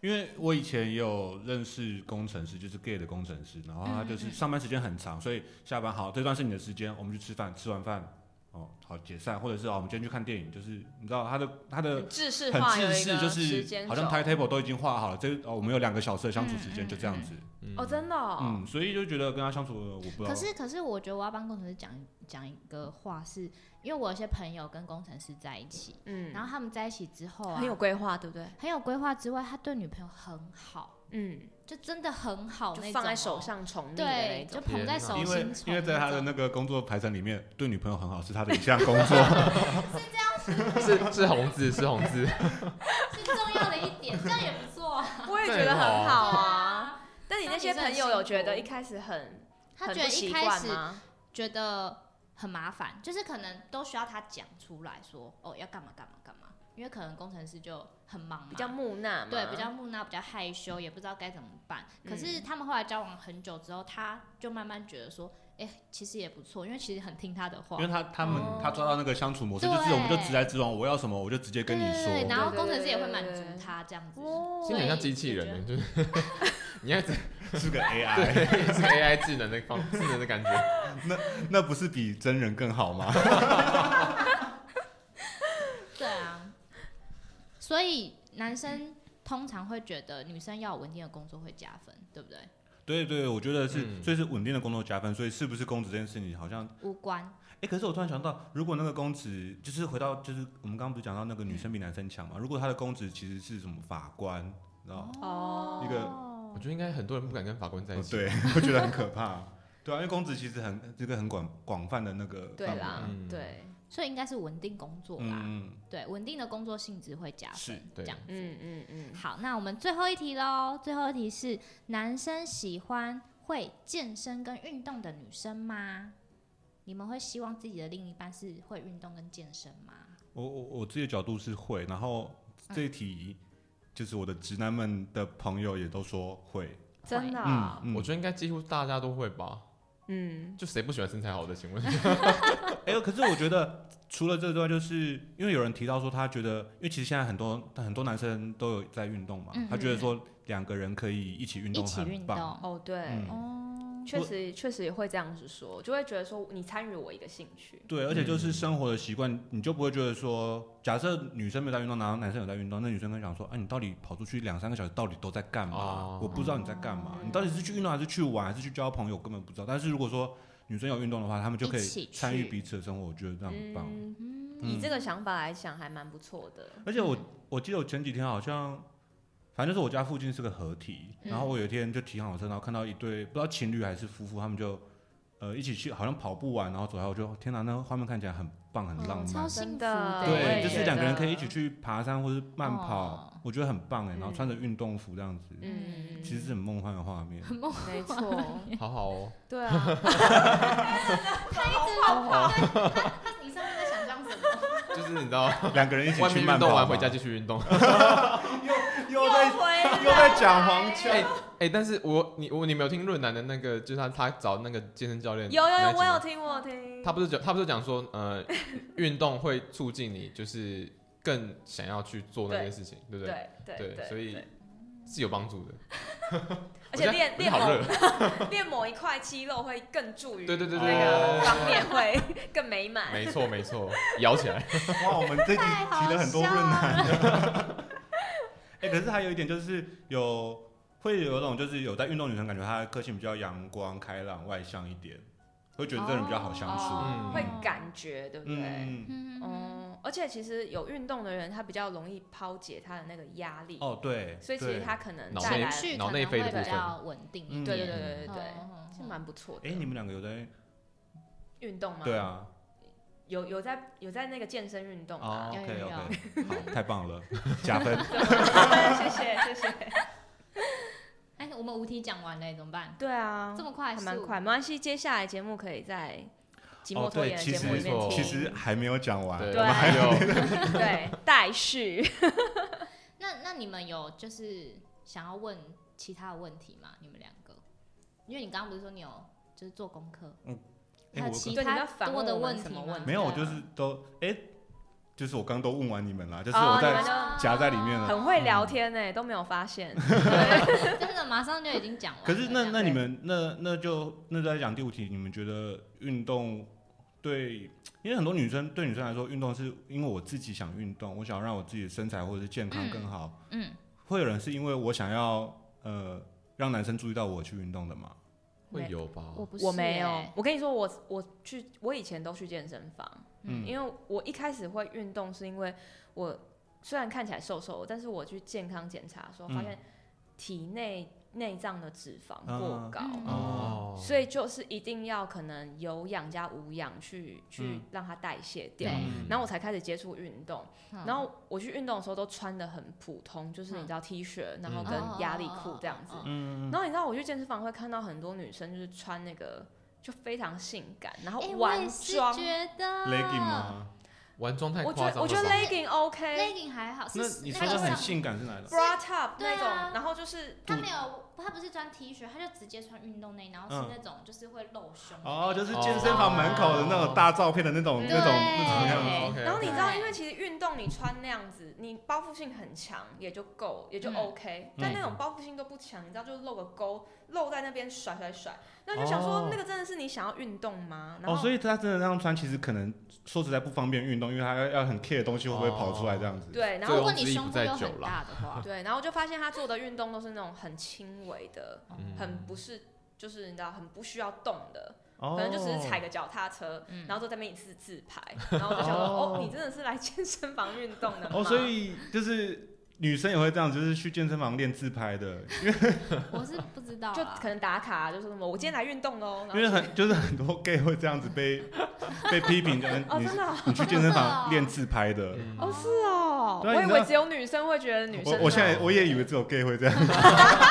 C: 因为我以前也有认识工程师，就是 gay 的工程师，然后他就
D: 嗯
C: 是
D: 嗯
C: 上班时间很长，所以下班好，这段是你的时间，我们去吃饭，吃完饭哦，好解散，或者是哦，我们今天去看电影，就是你知道他的他的
A: 很制式
C: 呃很
A: 化有
C: 自
A: 一
C: 私，
A: 个
C: 就是
A: 时间
C: 好像
A: 轴
C: timetable 都已经画好了，这哦我们有两个小时的相处时
D: 嗯
C: 间，
D: 嗯
C: 就这样子。
B: 嗯
A: 哦，真的哦，
C: 嗯，所以就觉得跟他相处，呃我不知道。
D: 可是可是我觉得我要帮工程师讲讲一个话是，因为我有些朋友跟工程师在一起，
A: 嗯，
D: 然后他们在一起之后啊，
A: 很有规划，对不对？
D: 很有规划之外，他对女朋友很好，
A: 嗯，
D: 就真的很好
A: 就
D: 那种、哦
A: 放在手，上宠溺的那
D: 对
A: 一，
D: 就
A: 种，
D: 捧在手
C: 因为
D: 心啊宠
C: 因为在他的
D: 那
C: 那
D: 种
C: 个工作排程里面，对女朋友很好是他的一项工作，
B: 嗯是是红字，是红字，
D: 是重要的一点，这样也不错啊。
A: 我也觉得很 *laughs* 好啊。
D: 对啊，
A: 但你那些朋友有觉得一开始很
D: 他
A: 很
D: 觉
A: 不
D: 得
A: 习
D: 一开
A: 惯
D: 始
A: 吗？
D: 觉得很麻烦，就是可能都需要他讲出来说哦要干嘛干嘛干嘛，因为可能工程师就很忙嘛，
A: 比较木讷嘛，
D: 对比较木讷，比较害羞，也不知道该怎么办。可是
C: 嗯
D: 他们后来交往很久之后，他就慢慢觉得说，哎、其实也不错，因为其实很听他的话
C: 因为。他他们
A: 哦
C: 他抓到那个相处模式，就是
D: 对
C: 我们就直来直往，我要什么我就直接跟你
D: 对对对，
C: 说。
D: 然后
A: 对对
D: 工程师也会
A: 对
D: 满
A: 对
D: 足
A: 对
D: 他这样子。
A: 哦
B: 听起来像机器人，欸就是 *laughs* 你看
C: 是个
D: 哎
C: AI，
B: 对，是个 AI 智能的方智能的感觉。
C: *laughs* 那不是比真人更好吗？
D: 对啊，所以男生通常会觉得女生要有稳定的工作会加分，对不对？
C: 对对，我觉得
B: 嗯
C: 是，所以是稳定的工作加分，所以是不是公职这件事情好像，
D: 无关，
C: 哎，可是我突然想到，如果那个公职就是回到就是我们刚刚不是讲到那个女生比男生强嘛，如果他的公职其实是什么法官，你知道吗？
A: 哦，
C: 一个
B: 我觉得应该很多人不敢跟法官在一
C: 哦
B: 起。
C: 对，我觉得很可怕。对啊，因为公职其实很这个很广广泛的那个
A: 对
C: 范围
A: 啦
B: 嗯，
A: 对，
D: 所以应该是稳定工作啦。
C: 嗯，
D: 对，稳定的工作性质会加
C: 是
D: 分，
B: 对
D: 这样子。
A: 嗯嗯嗯，
D: 好，那我们最后一题喽。最后一题是：男生喜欢会健身跟运动的女生吗？你们会希望自己的另一半是会运动跟健身吗？
C: 我我我自己的角度是会，然后这一题就是我的直男们的朋友也都说会，
A: 真的
C: 嗯
A: 啊，
C: 嗯，
B: 我觉得应该几乎大家都会吧，
A: 嗯，
B: 就谁不喜欢身材好的？
D: *laughs*
B: 请问，
C: 哎、可是我觉得除了这之外，就是因为有人提到说，他觉得，因为其实现在很多很多男生都有在运动嘛，
D: 嗯
C: 他觉得说两个人可以一起运
D: 一
C: 动
D: 起运
C: 很棒。
D: 动
A: 哦对
C: 嗯，
D: 哦，
A: 确实确实也会这样子说，就会觉得说你参与我一个兴趣，
C: 对，而且就是
B: 嗯
C: 生活的习惯，你就不会觉得说，假设女生没有在运动，然后男生有在运动，那女生跟想说，啊，你到底跑出去两三个小时，到底都在干嘛？
B: 哦
C: 我不知道你在干嘛，
A: 哦
D: 嗯
C: 你到底是去运动还是去玩，还是去交朋友，根本不知道。但是如果说女生有运动的话，他们就可
D: 一起
C: 以
D: 去
C: 参与彼此的生活，我觉得这样很棒。
A: 嗯，
D: 嗯，
A: 以这个想法来想，还蛮不错的。
C: 而且我我记得我前几天好像，反正就是我家附近是个河堤，
A: 嗯
C: 然后我有一天就停好车，然后看到一对不知道情侣还是夫妇，他们就呃一起去，好像跑步啊完，然后走下来，我就天哪，那画面看起来很棒，很浪漫。
D: 超幸福
A: 真的
D: 的，
A: 美我也
C: 对，就
A: 哦觉
C: 是
A: 得
C: 两个人可以一起去爬山或是慢跑，
D: 哦
C: 我觉得很棒哎。然后
A: 嗯
C: 穿着运动服这样子，
A: 嗯，
C: 其实是很梦幻的画面。
A: 没错，
B: 好好哦，
A: 对啊，
B: 好好哦，
D: 他你上面在想象什么？
B: 就是你知道，
C: 两个人一起
B: 外
C: 去
B: 面
C: 慢
B: 运动
C: 跑
B: 完
C: 嘛，
B: 回家继续运动。
C: 又在
A: 回来
C: *laughs* 又在讲黄腔。
B: 哎哎，但是我你我你没有听论坛的那个，就是他他找那个健身教练
A: 有有
B: 那一
A: 有，
B: 集
A: 我有
B: 吗
A: 听我有听，
B: 他不是讲他不是讲说呃运动会促进你就是更想要去做那件事情，对不对？
A: 对对对，
B: 所以
A: 对
B: 是有帮助的。
A: 而且
B: 我现在
A: 练
B: 我
A: 练
B: 现在好热
A: 某，练某一块肌肉会更助于
B: 对对对对
A: 那个
B: 对
A: 方面会更美满。
B: 没错没错，摇起来。
C: 哇，我们这集
D: 太好
C: 提了很多
D: 笑
C: 困
D: 了
C: 难。 *laughs* 哎、可是还有一点就是有会有一种就是有在运动女生感觉她的个性比较阳光、开朗、外向一点，会觉得这个人比较好相处。
A: 哦
B: 嗯
A: 会感觉对不对？
C: 嗯，
D: 嗯，
A: 嗯，而且其实有运动的人，他比较容易抛解他的那个压力，
C: 哦对，
A: 所以其
C: 对
A: 实他可能
B: 脑
A: 带
B: 内
A: 来
D: 情绪
B: 脑
D: 可
B: 内
D: 能
B: 啡的
D: 会
B: 部
D: 比
B: 分
D: 较稳定一点，
C: 嗯
A: 对对对对对对，
D: 嗯
A: 是蛮不错的。
C: 哎、你们两个有在
A: 运动吗？
C: 对，啊
A: 有有在有在那个健身运动
C: 哦
A: 啊。
D: 有
C: o k
D: 有
C: OK，好，太
A: *laughs*
C: 棒了，加分。
A: 谢谢谢谢。
D: 哎，我们五题讲完了，怎么办？
A: 对啊
D: 这，么快
A: 还
D: 速，
A: 蛮快，没关系。接下来节目可以在寂寞
C: 哦
A: 拖
C: 对，
A: 延的
C: 其
A: 节
C: 实
A: 目里面听。
C: 其实还没有讲完，
B: 对，
A: 对
B: 我们还有
A: 对，待续。
D: 那那你们有就是想要问其他的问题吗？你们两个，因为你刚刚不是说你有就是做功课，
C: 哎
D: 还有
C: 我
D: 其
A: 对你
D: 他
A: 要反
D: 多
A: 问
D: 的
A: 我们
D: 问
A: 什
D: 题
A: 么
D: 吗
A: 问题
C: 没有，我
A: 对啊
C: 就是都哎、就是我刚都问完你们啦，就是
A: 哦
C: 我
A: 你
C: 在、
A: 们
C: 夹在里面了
A: 很会聊天呢，都没有发现。 *laughs*
D: 真的马上就已经讲完了。
C: 可是
D: 这
C: 那
D: 样
C: 那你们那那就那再讲第五题，你们觉得运动对？因为很多女生对女生来说，运动是因为我自己想运动，我想让我自己的身材或者是健康更好。
D: 嗯，
C: 会有人是因为我想要呃让男生注意到我去运动的吗？
B: 会有吧？
D: 我不是、
A: 我嗯没有，，我跟你说，我我去，我以前都去健身房，
C: 嗯
A: 因为我一开始会运动，是因为我虽然看起来瘦瘦的，但是我去健康检查的时候发现，体内内脏的脂肪过
C: 嗯
A: 高，
D: 嗯
B: 哦，
A: 所以就是一定要可能有氧加无氧去去
C: 嗯
A: 让它代谢掉。
D: 对
B: 嗯
A: 然后我才开始接触运动，
D: 嗯
A: 然后我去运动的时候都穿的很普通，就是你知道 T 恤，然后
B: 嗯
A: 跟压力裤这样子
D: 哦哦哦哦。
C: 嗯，
A: 然后你知道我去健身房会看到很多女生就是穿那个就非常性感，然后
D: 哎我
A: 晚
D: 也是
A: 装。
D: 觉得
C: legging？吗？
B: 玩妆太
A: 我
B: 夸
A: 觉
B: 张了吧。
A: 得我觉得 legging OK。
D: legging 还好，是
C: 那你说的
D: 个
C: 很
D: 上
C: 性感是哪种？
A: bra top
D: 对
A: 那
D: 啊
A: 种，然后就是
D: 他没有，他不是穿 T 恤，他就直接穿运动内，然后是
C: 嗯
D: 那种就是会露胸的
C: 哦，就是
D: 那种
C: 健身房门口的那种大照片的那种、
A: 对
C: 那种
D: 对
C: 那种样
B: 哦
C: 子。
B: ，OK，
A: 然后你知道，
D: 对
A: 因为其实运动你穿那样子，你包覆性很强也就够，也就
D: 嗯
A: OK、但那种包覆性都不强，你知道，就露个沟，露在那边甩甩甩，那就想说
C: 哦，
A: 那个真的是你想要运动吗？然
C: 哦，
A: 后、
C: 所以他真的那样穿，其实可能说实在不方便运动，因为他要要很 care 的东西会不会跑出来这样子。
A: 对，然
B: 这
A: 后
D: 如
B: 个
D: 果你胸部又很大的
C: *laughs*
D: 话，
A: 对，然后我就发现他做的运动都是那种很轻微的，
B: 嗯
A: 很不是，就是你知道，很不需要动的，
C: 哦，
A: 可能就只是踩个脚踏车，
D: 嗯
A: 然后坐在那边一次自拍，然后我就想说，
C: 哦
A: 哦，你真的是来健身房运动的吗？
C: 哦，所以就是女生也会这样，就是去健身房练自拍的，嗯
D: 我是不知道
A: 就
D: 啦
A: 可能打卡，啊就说什么我今天来运动喽，然后
C: 因为很就是很多 gay 会这样子
A: *laughs*
C: 被被批评，就是
A: 哦，
C: 你
A: 真的哦、
C: 你去健身房练自拍的。
B: 嗯
A: 哦，是哦，
C: 对啊
A: 我
C: 你
A: 以
C: 知道
A: 为只有女生会觉得女生啊
C: 我
A: 是
C: 我现在
B: 哦
C: 我也以为只有 gay 会这样，
A: *laughs*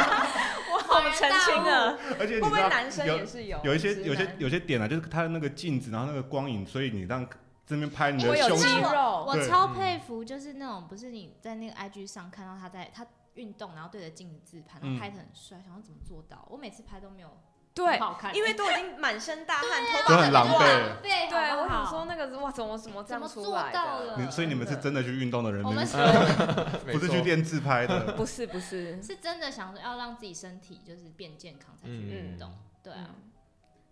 A: 我们澄清了，
C: 而且
A: 会
C: 你
A: 不
C: 知
A: 会
C: 道
A: 男生
C: 有
A: 也是有
C: 有一些
A: 直
C: 有些
A: 男
C: 有些点啊，就是它的那个镜子，然后那个光影，所以你让这边拍你的
A: 会有
C: 胸
A: 肌
C: 型，
A: 肉，
D: 我
C: 哦对嗯
D: 超佩服，就是那种不是你在那个 IG 上看到他在他运动，然后对着镜子自拍，然后
C: 嗯
D: 拍的很帅，想要怎么做到？我每次拍都没有
A: 对
D: 很，好看，
A: 因为都已经满身大汗，
D: 啊
A: 头
C: 都
A: 发
C: 很狼狈
A: 乱
D: 狈
A: 对，
D: 好
A: 我
D: 不好
A: 想说那个哇，怎么怎么这
D: 啊怎
A: 样
D: 么
A: 出
D: 做
A: 来
D: 到
A: 的？
D: 了？
C: 你所以你们是真的去运动的人，
D: 我们
C: 你
D: 是
B: 没
A: 哦
C: 不是
B: 错
C: 去练自拍的。
A: 不是不是，
D: *laughs* 是真的想要让自己身体就是变健康才去
C: 嗯
D: 运动，对
A: 嗯
D: 啊，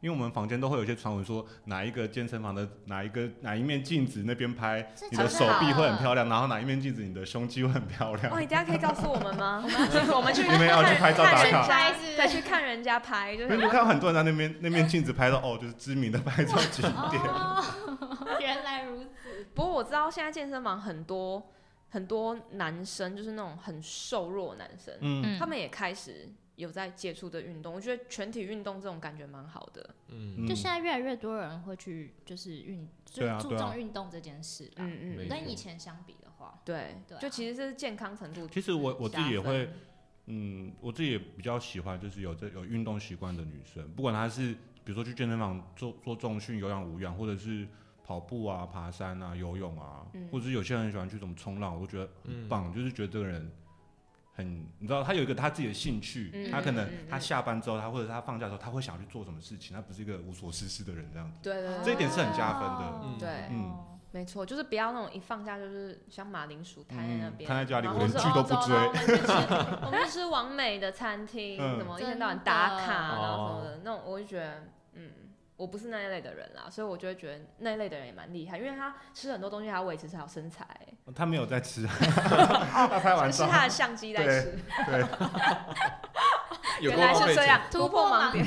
C: 因为我们房间都会有一些传闻说，哪一个健身房的哪一个哪一面镜子那边拍，
D: 这
C: 你的
D: 真
C: 手臂
D: 好啊
C: 会很漂亮，然后哪一面镜子你的胸肌会很
A: 嗯。
C: 漂
A: 哇，
D: 哦
C: 亮。
A: 你等一下可以告诉我们 *laughs* 吗？我们去，我们去
C: 你们要去拍照
A: 看
C: 打
A: 人家
C: 卡
D: 拍是
A: 对，去看人家拍，就
C: 因为你
A: 是
C: 看到很多人在那边那面镜子拍到哦，就是知名的拍照景点。
D: 哦， *laughs* 原来如此，
A: 不过我知道现在健身房很多很多男生，就是那种很瘦弱的男生，
C: 嗯，
A: 他们也开始有在接触的运动。我觉得全体运动这种感觉蛮好的。
B: 嗯，
C: 嗯
D: 就现在越来越多人会去就是运，就
C: 对啊
D: 注
C: 对啊
D: 重运动这件事啦。
A: 嗯
B: 没
A: 嗯，
B: 错
D: 跟以前相比的话，
A: 对
D: 对啊，
A: 就其实这是健康程度。
C: 其实我我自己也
A: 加分
C: 会，嗯，我自己也比较喜欢就是有这有运动习惯的女生，不管她是比如说去健身房做做重训、有氧、无氧，或者是跑步啊、爬山啊、游泳啊，
A: 嗯
C: 或者是有些人喜欢去什么冲浪，我都觉得
B: 嗯
C: 很棒，就是觉得这个人很，你知道他有一个他自己的兴趣，
A: 嗯
C: 他可能
A: 嗯嗯嗯
C: 他下班之后，他或者是他放假的时候，他会想去做什么事情，他不是一个无所事事的人这样子。
A: 对对，对
C: 哦这一点是很加分的
D: 哦
B: 嗯
A: 对
C: 嗯
A: 没错，就是不要那种一放假就是像马铃薯摊在那边，
C: 嗯摊在家里
A: 然后
C: 我连
A: 说
C: 剧都不
A: 哦走
C: 追
A: 啦我们去吃我们
C: *laughs*
A: 去吃完美的餐厅，
C: 嗯
A: 什么一
D: 真
A: 天到晚打
D: 的
A: 卡，啊然后什么
B: 哦
A: 的，那种我就觉得，嗯，我不是那一类的人啦，所以我就会觉得那一类的人也蛮厉害，因为他吃很多东西还要维持好身材，
C: 他哦没有在 *laughs* 吃，他拍完
A: 是
C: 照，
A: 他的相机在
C: 对
A: 吃，
B: 有
A: 原
B: 过
A: 来
B: 浪
A: 是
B: 费
A: 这样
B: 钱，
A: 突破盲点。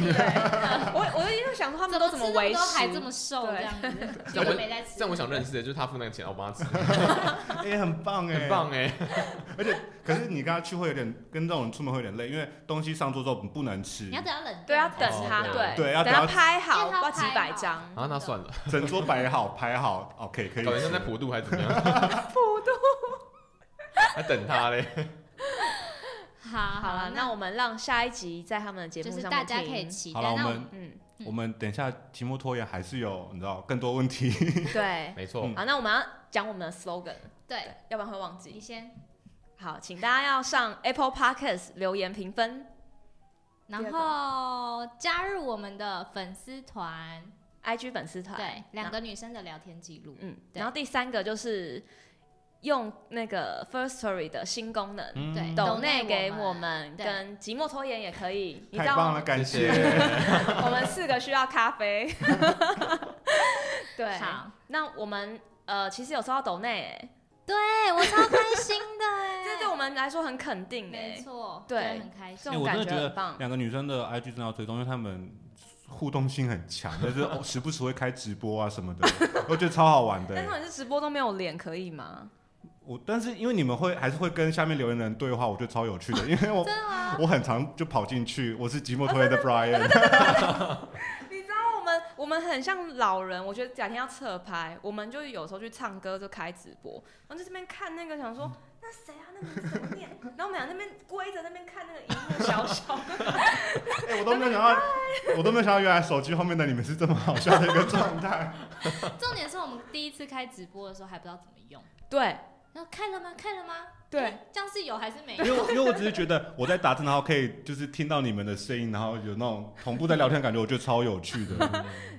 C: *laughs*
A: 我我一直想说他们都怎
D: 么吃那
A: 维
D: 么多还这
A: 持
D: 么，瘦
A: 对
D: 这
A: *laughs*
D: 样子，
B: 这样
D: 结
B: 我
D: 果没在吃。
B: 这样我想认识的就是他付那个钱，我帮他吃，
C: 哎、很棒哎、
B: 很棒哎。
C: 可是你跟他去会有点，跟这种人出门会有点累，因为东西上桌之后不能吃
D: 你，要等它冷，
A: 对，要等他，
B: 哦
A: 对，
C: 对要
A: 等他
C: 等他
A: 拍
D: 因
A: 好，
D: 为
A: 不知
D: 他
A: 道
D: 要
A: 几百
D: 拍好
A: 张，
B: 啊，那算了，
C: *laughs* 整桌摆好排好，OK *laughs* 可以
B: 搞得像
C: 吃
B: 在。普渡还是怎么样？普渡 *laughs* 还等他嘞。
D: 好啊
A: 好
D: 好
A: 了，那我们让下一集在他们的节
D: 就
A: 目
D: 是
A: 上面
D: 大家可以
A: 听
D: 期
C: 好
D: 待。
C: 了，我
D: 那
C: 们
A: 嗯，
D: 嗯
C: 我们等一下期末拖延还是有你知道更多问题。
A: 对。
B: 没错
C: 嗯，
A: 好，那我们要讲我们的 slogan，
D: 对
A: 要不然会忘
D: 你
A: 记。
D: 先，
A: 好，请大家要上 Apple Podcast 留言评分
D: 然后加入我们的粉丝团，
A: ，IG 粉丝团。
D: 对，两个女生的聊天记录，
A: 嗯，
D: 对
A: 然后第三个就是用那个 First Story 的新功能，
C: 嗯
D: 对
A: 抖
D: 内
A: 内给
D: 我
A: 我们，
D: 对
A: 跟即墨拖延也可以。
C: *laughs*
A: 你知
C: 太
A: 道
C: 棒
A: 吗
C: 了，感
B: 谢
C: 谢。
B: *laughs*
A: 我们四个需要咖
D: *laughs*
A: 啡。对，
D: 好，
A: 那我们呃，其实有收到抖内、欸，
D: 对哎我超开心
A: *laughs*
D: 的哎，
A: 这对我们来说很肯定、
D: 没
A: 欸，
D: 错，
A: 对
D: 真的很开
A: 这
D: 心
C: 哎，
A: 种
C: 我真
A: 感
C: 的
A: 觉
C: 觉得
A: 很棒。
C: 两个女生的 IG 真的要追踪，因为她们互动性很强，就是哦时 *laughs* 不时会开直播啊什么的，我觉得超好玩的
A: 但是
C: 欸。
A: 你是直播都没有脸，可以吗？
C: 我但是因为你们会还是会跟下面留言的人对话，我觉得超有趣的，因为我
D: 真的吗？
C: 我很常就跑进去，我是寂寞拖延的 Brian，
A: 你知道我们我们很像老人，我觉得假天要侧拍，我们就有时候去唱歌就开直播，然后在这边看那个想说。那谁啊？那名字怎么念？然后我们俩那边归着那边看那个荧幕小小，
C: 哎、我都没有想到，我都没有想到原来手机后面的你们是这么好笑的一个状态。
D: 重点是我们第一次开直播的时候还不知道怎么用，
A: *laughs* 对
D: 然后哦开了吗？开了吗？
A: 对，
D: 哎，这样是有还是 *laughs* 没有
C: *laughs* 因？为我因为我只是觉得我在打字，然后可以就是听到你们的声音，然后有那种同步在聊天的感觉，我觉得超有趣的，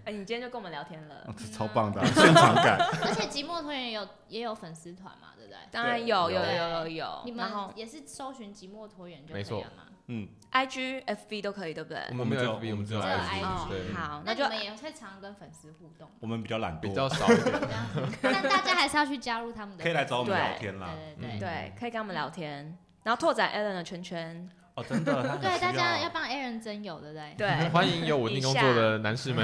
A: 哎，你今天就跟我们聊天
D: 嗯
A: 了，
C: 这 *laughs* 超棒的啊、现场感。
D: 而且寂寞拖延也有也有粉丝团嘛，对不对？哦
A: 当然有有
C: 有
A: 有有有，
D: 你
A: 然后
D: 们也是搜寻寂寞拖延就可
B: 没
D: 以
B: 错
D: 了吗？
C: 嗯，
A: I G F B 都可以，对不对？哦
B: 我们没有
C: 我们
B: FB，
C: 只有
B: 我们只有
D: 只有
C: 嗯
B: IG，
D: IG
B: 对，
A: 好，那
D: 那你
A: 就
D: 们也会常跟粉丝互动，
C: 我们比较懒
B: 比较
C: 惰，
B: 少一
D: *laughs*
B: 点。
D: 这样子但大家还是要去加入他们的，
C: 可以来找我们
A: 对
C: 聊天啦。
D: 对对对
B: 嗯
A: 对，可以跟他们聊天，然后拓展 Alan 的圈
C: *laughs*
A: 圈，
C: 哦，真的，他很
D: 对，大
C: 需要
D: 家要帮 Aaron 增友，对不对？
A: 对，
B: 欢迎有稳定工作的男士们。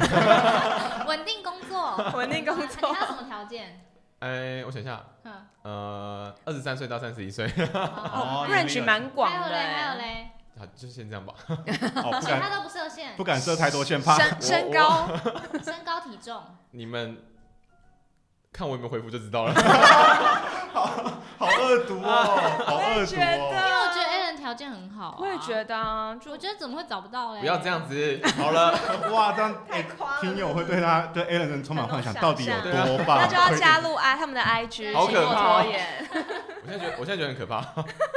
D: 稳定工作，
A: 稳定工
D: 啊你
A: 作，
D: 还有什么条件？
B: 哎，我想一下，
D: 嗯，
B: 呃，二十三岁到三十一岁， *laughs*
D: 哦
C: *laughs* 哦
A: range 蛮
D: 还
A: 广
D: 有
A: 的，欸
D: 嘞，还有嘞，
B: 啊，就先这样吧。
C: 哦，不
D: 其他
C: 敢
D: 都不设限
C: 不，敢设太多线，怕
A: 身
B: 我
A: 身
B: 我
A: 高
D: 身高体重，
B: 你们看我有没有回复就知道了。
C: 好恶毒
D: *laughs*
C: 哦，好恶毒
A: 觉得
D: 因
C: 哦。
D: 为我觉得 Aaron 条件很好，
A: 我也觉
D: 得，
A: 得啊，就
D: 我觉得怎么会找不到嘞？
B: 不要这样子，好了，
C: 哇，这样哎
A: 太夸了
C: 听友啊会对他对 a l a n 人充满幻想，
A: 很多
C: 到底有
A: 想
B: 象
C: 多棒？
A: 那就要加入 I 他们的 I G，
B: 好可怕哦
A: 拖延，
B: 我现在觉得我现在觉得很可怕。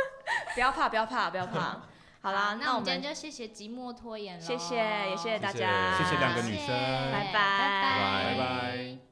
A: *laughs* 不要怕，不要怕，不要
D: *laughs*
A: 怕，好啦，
D: 那
A: 我
D: 我们今天
A: 们
D: 哦就谢谢寂寞拖延了，
A: 谢谢，也谢谢大家，
B: 谢
C: 谢谢两个女
D: 谢
C: 生
D: 谢
A: 拜拜
D: 拜
B: 拜
D: 拜
C: 拜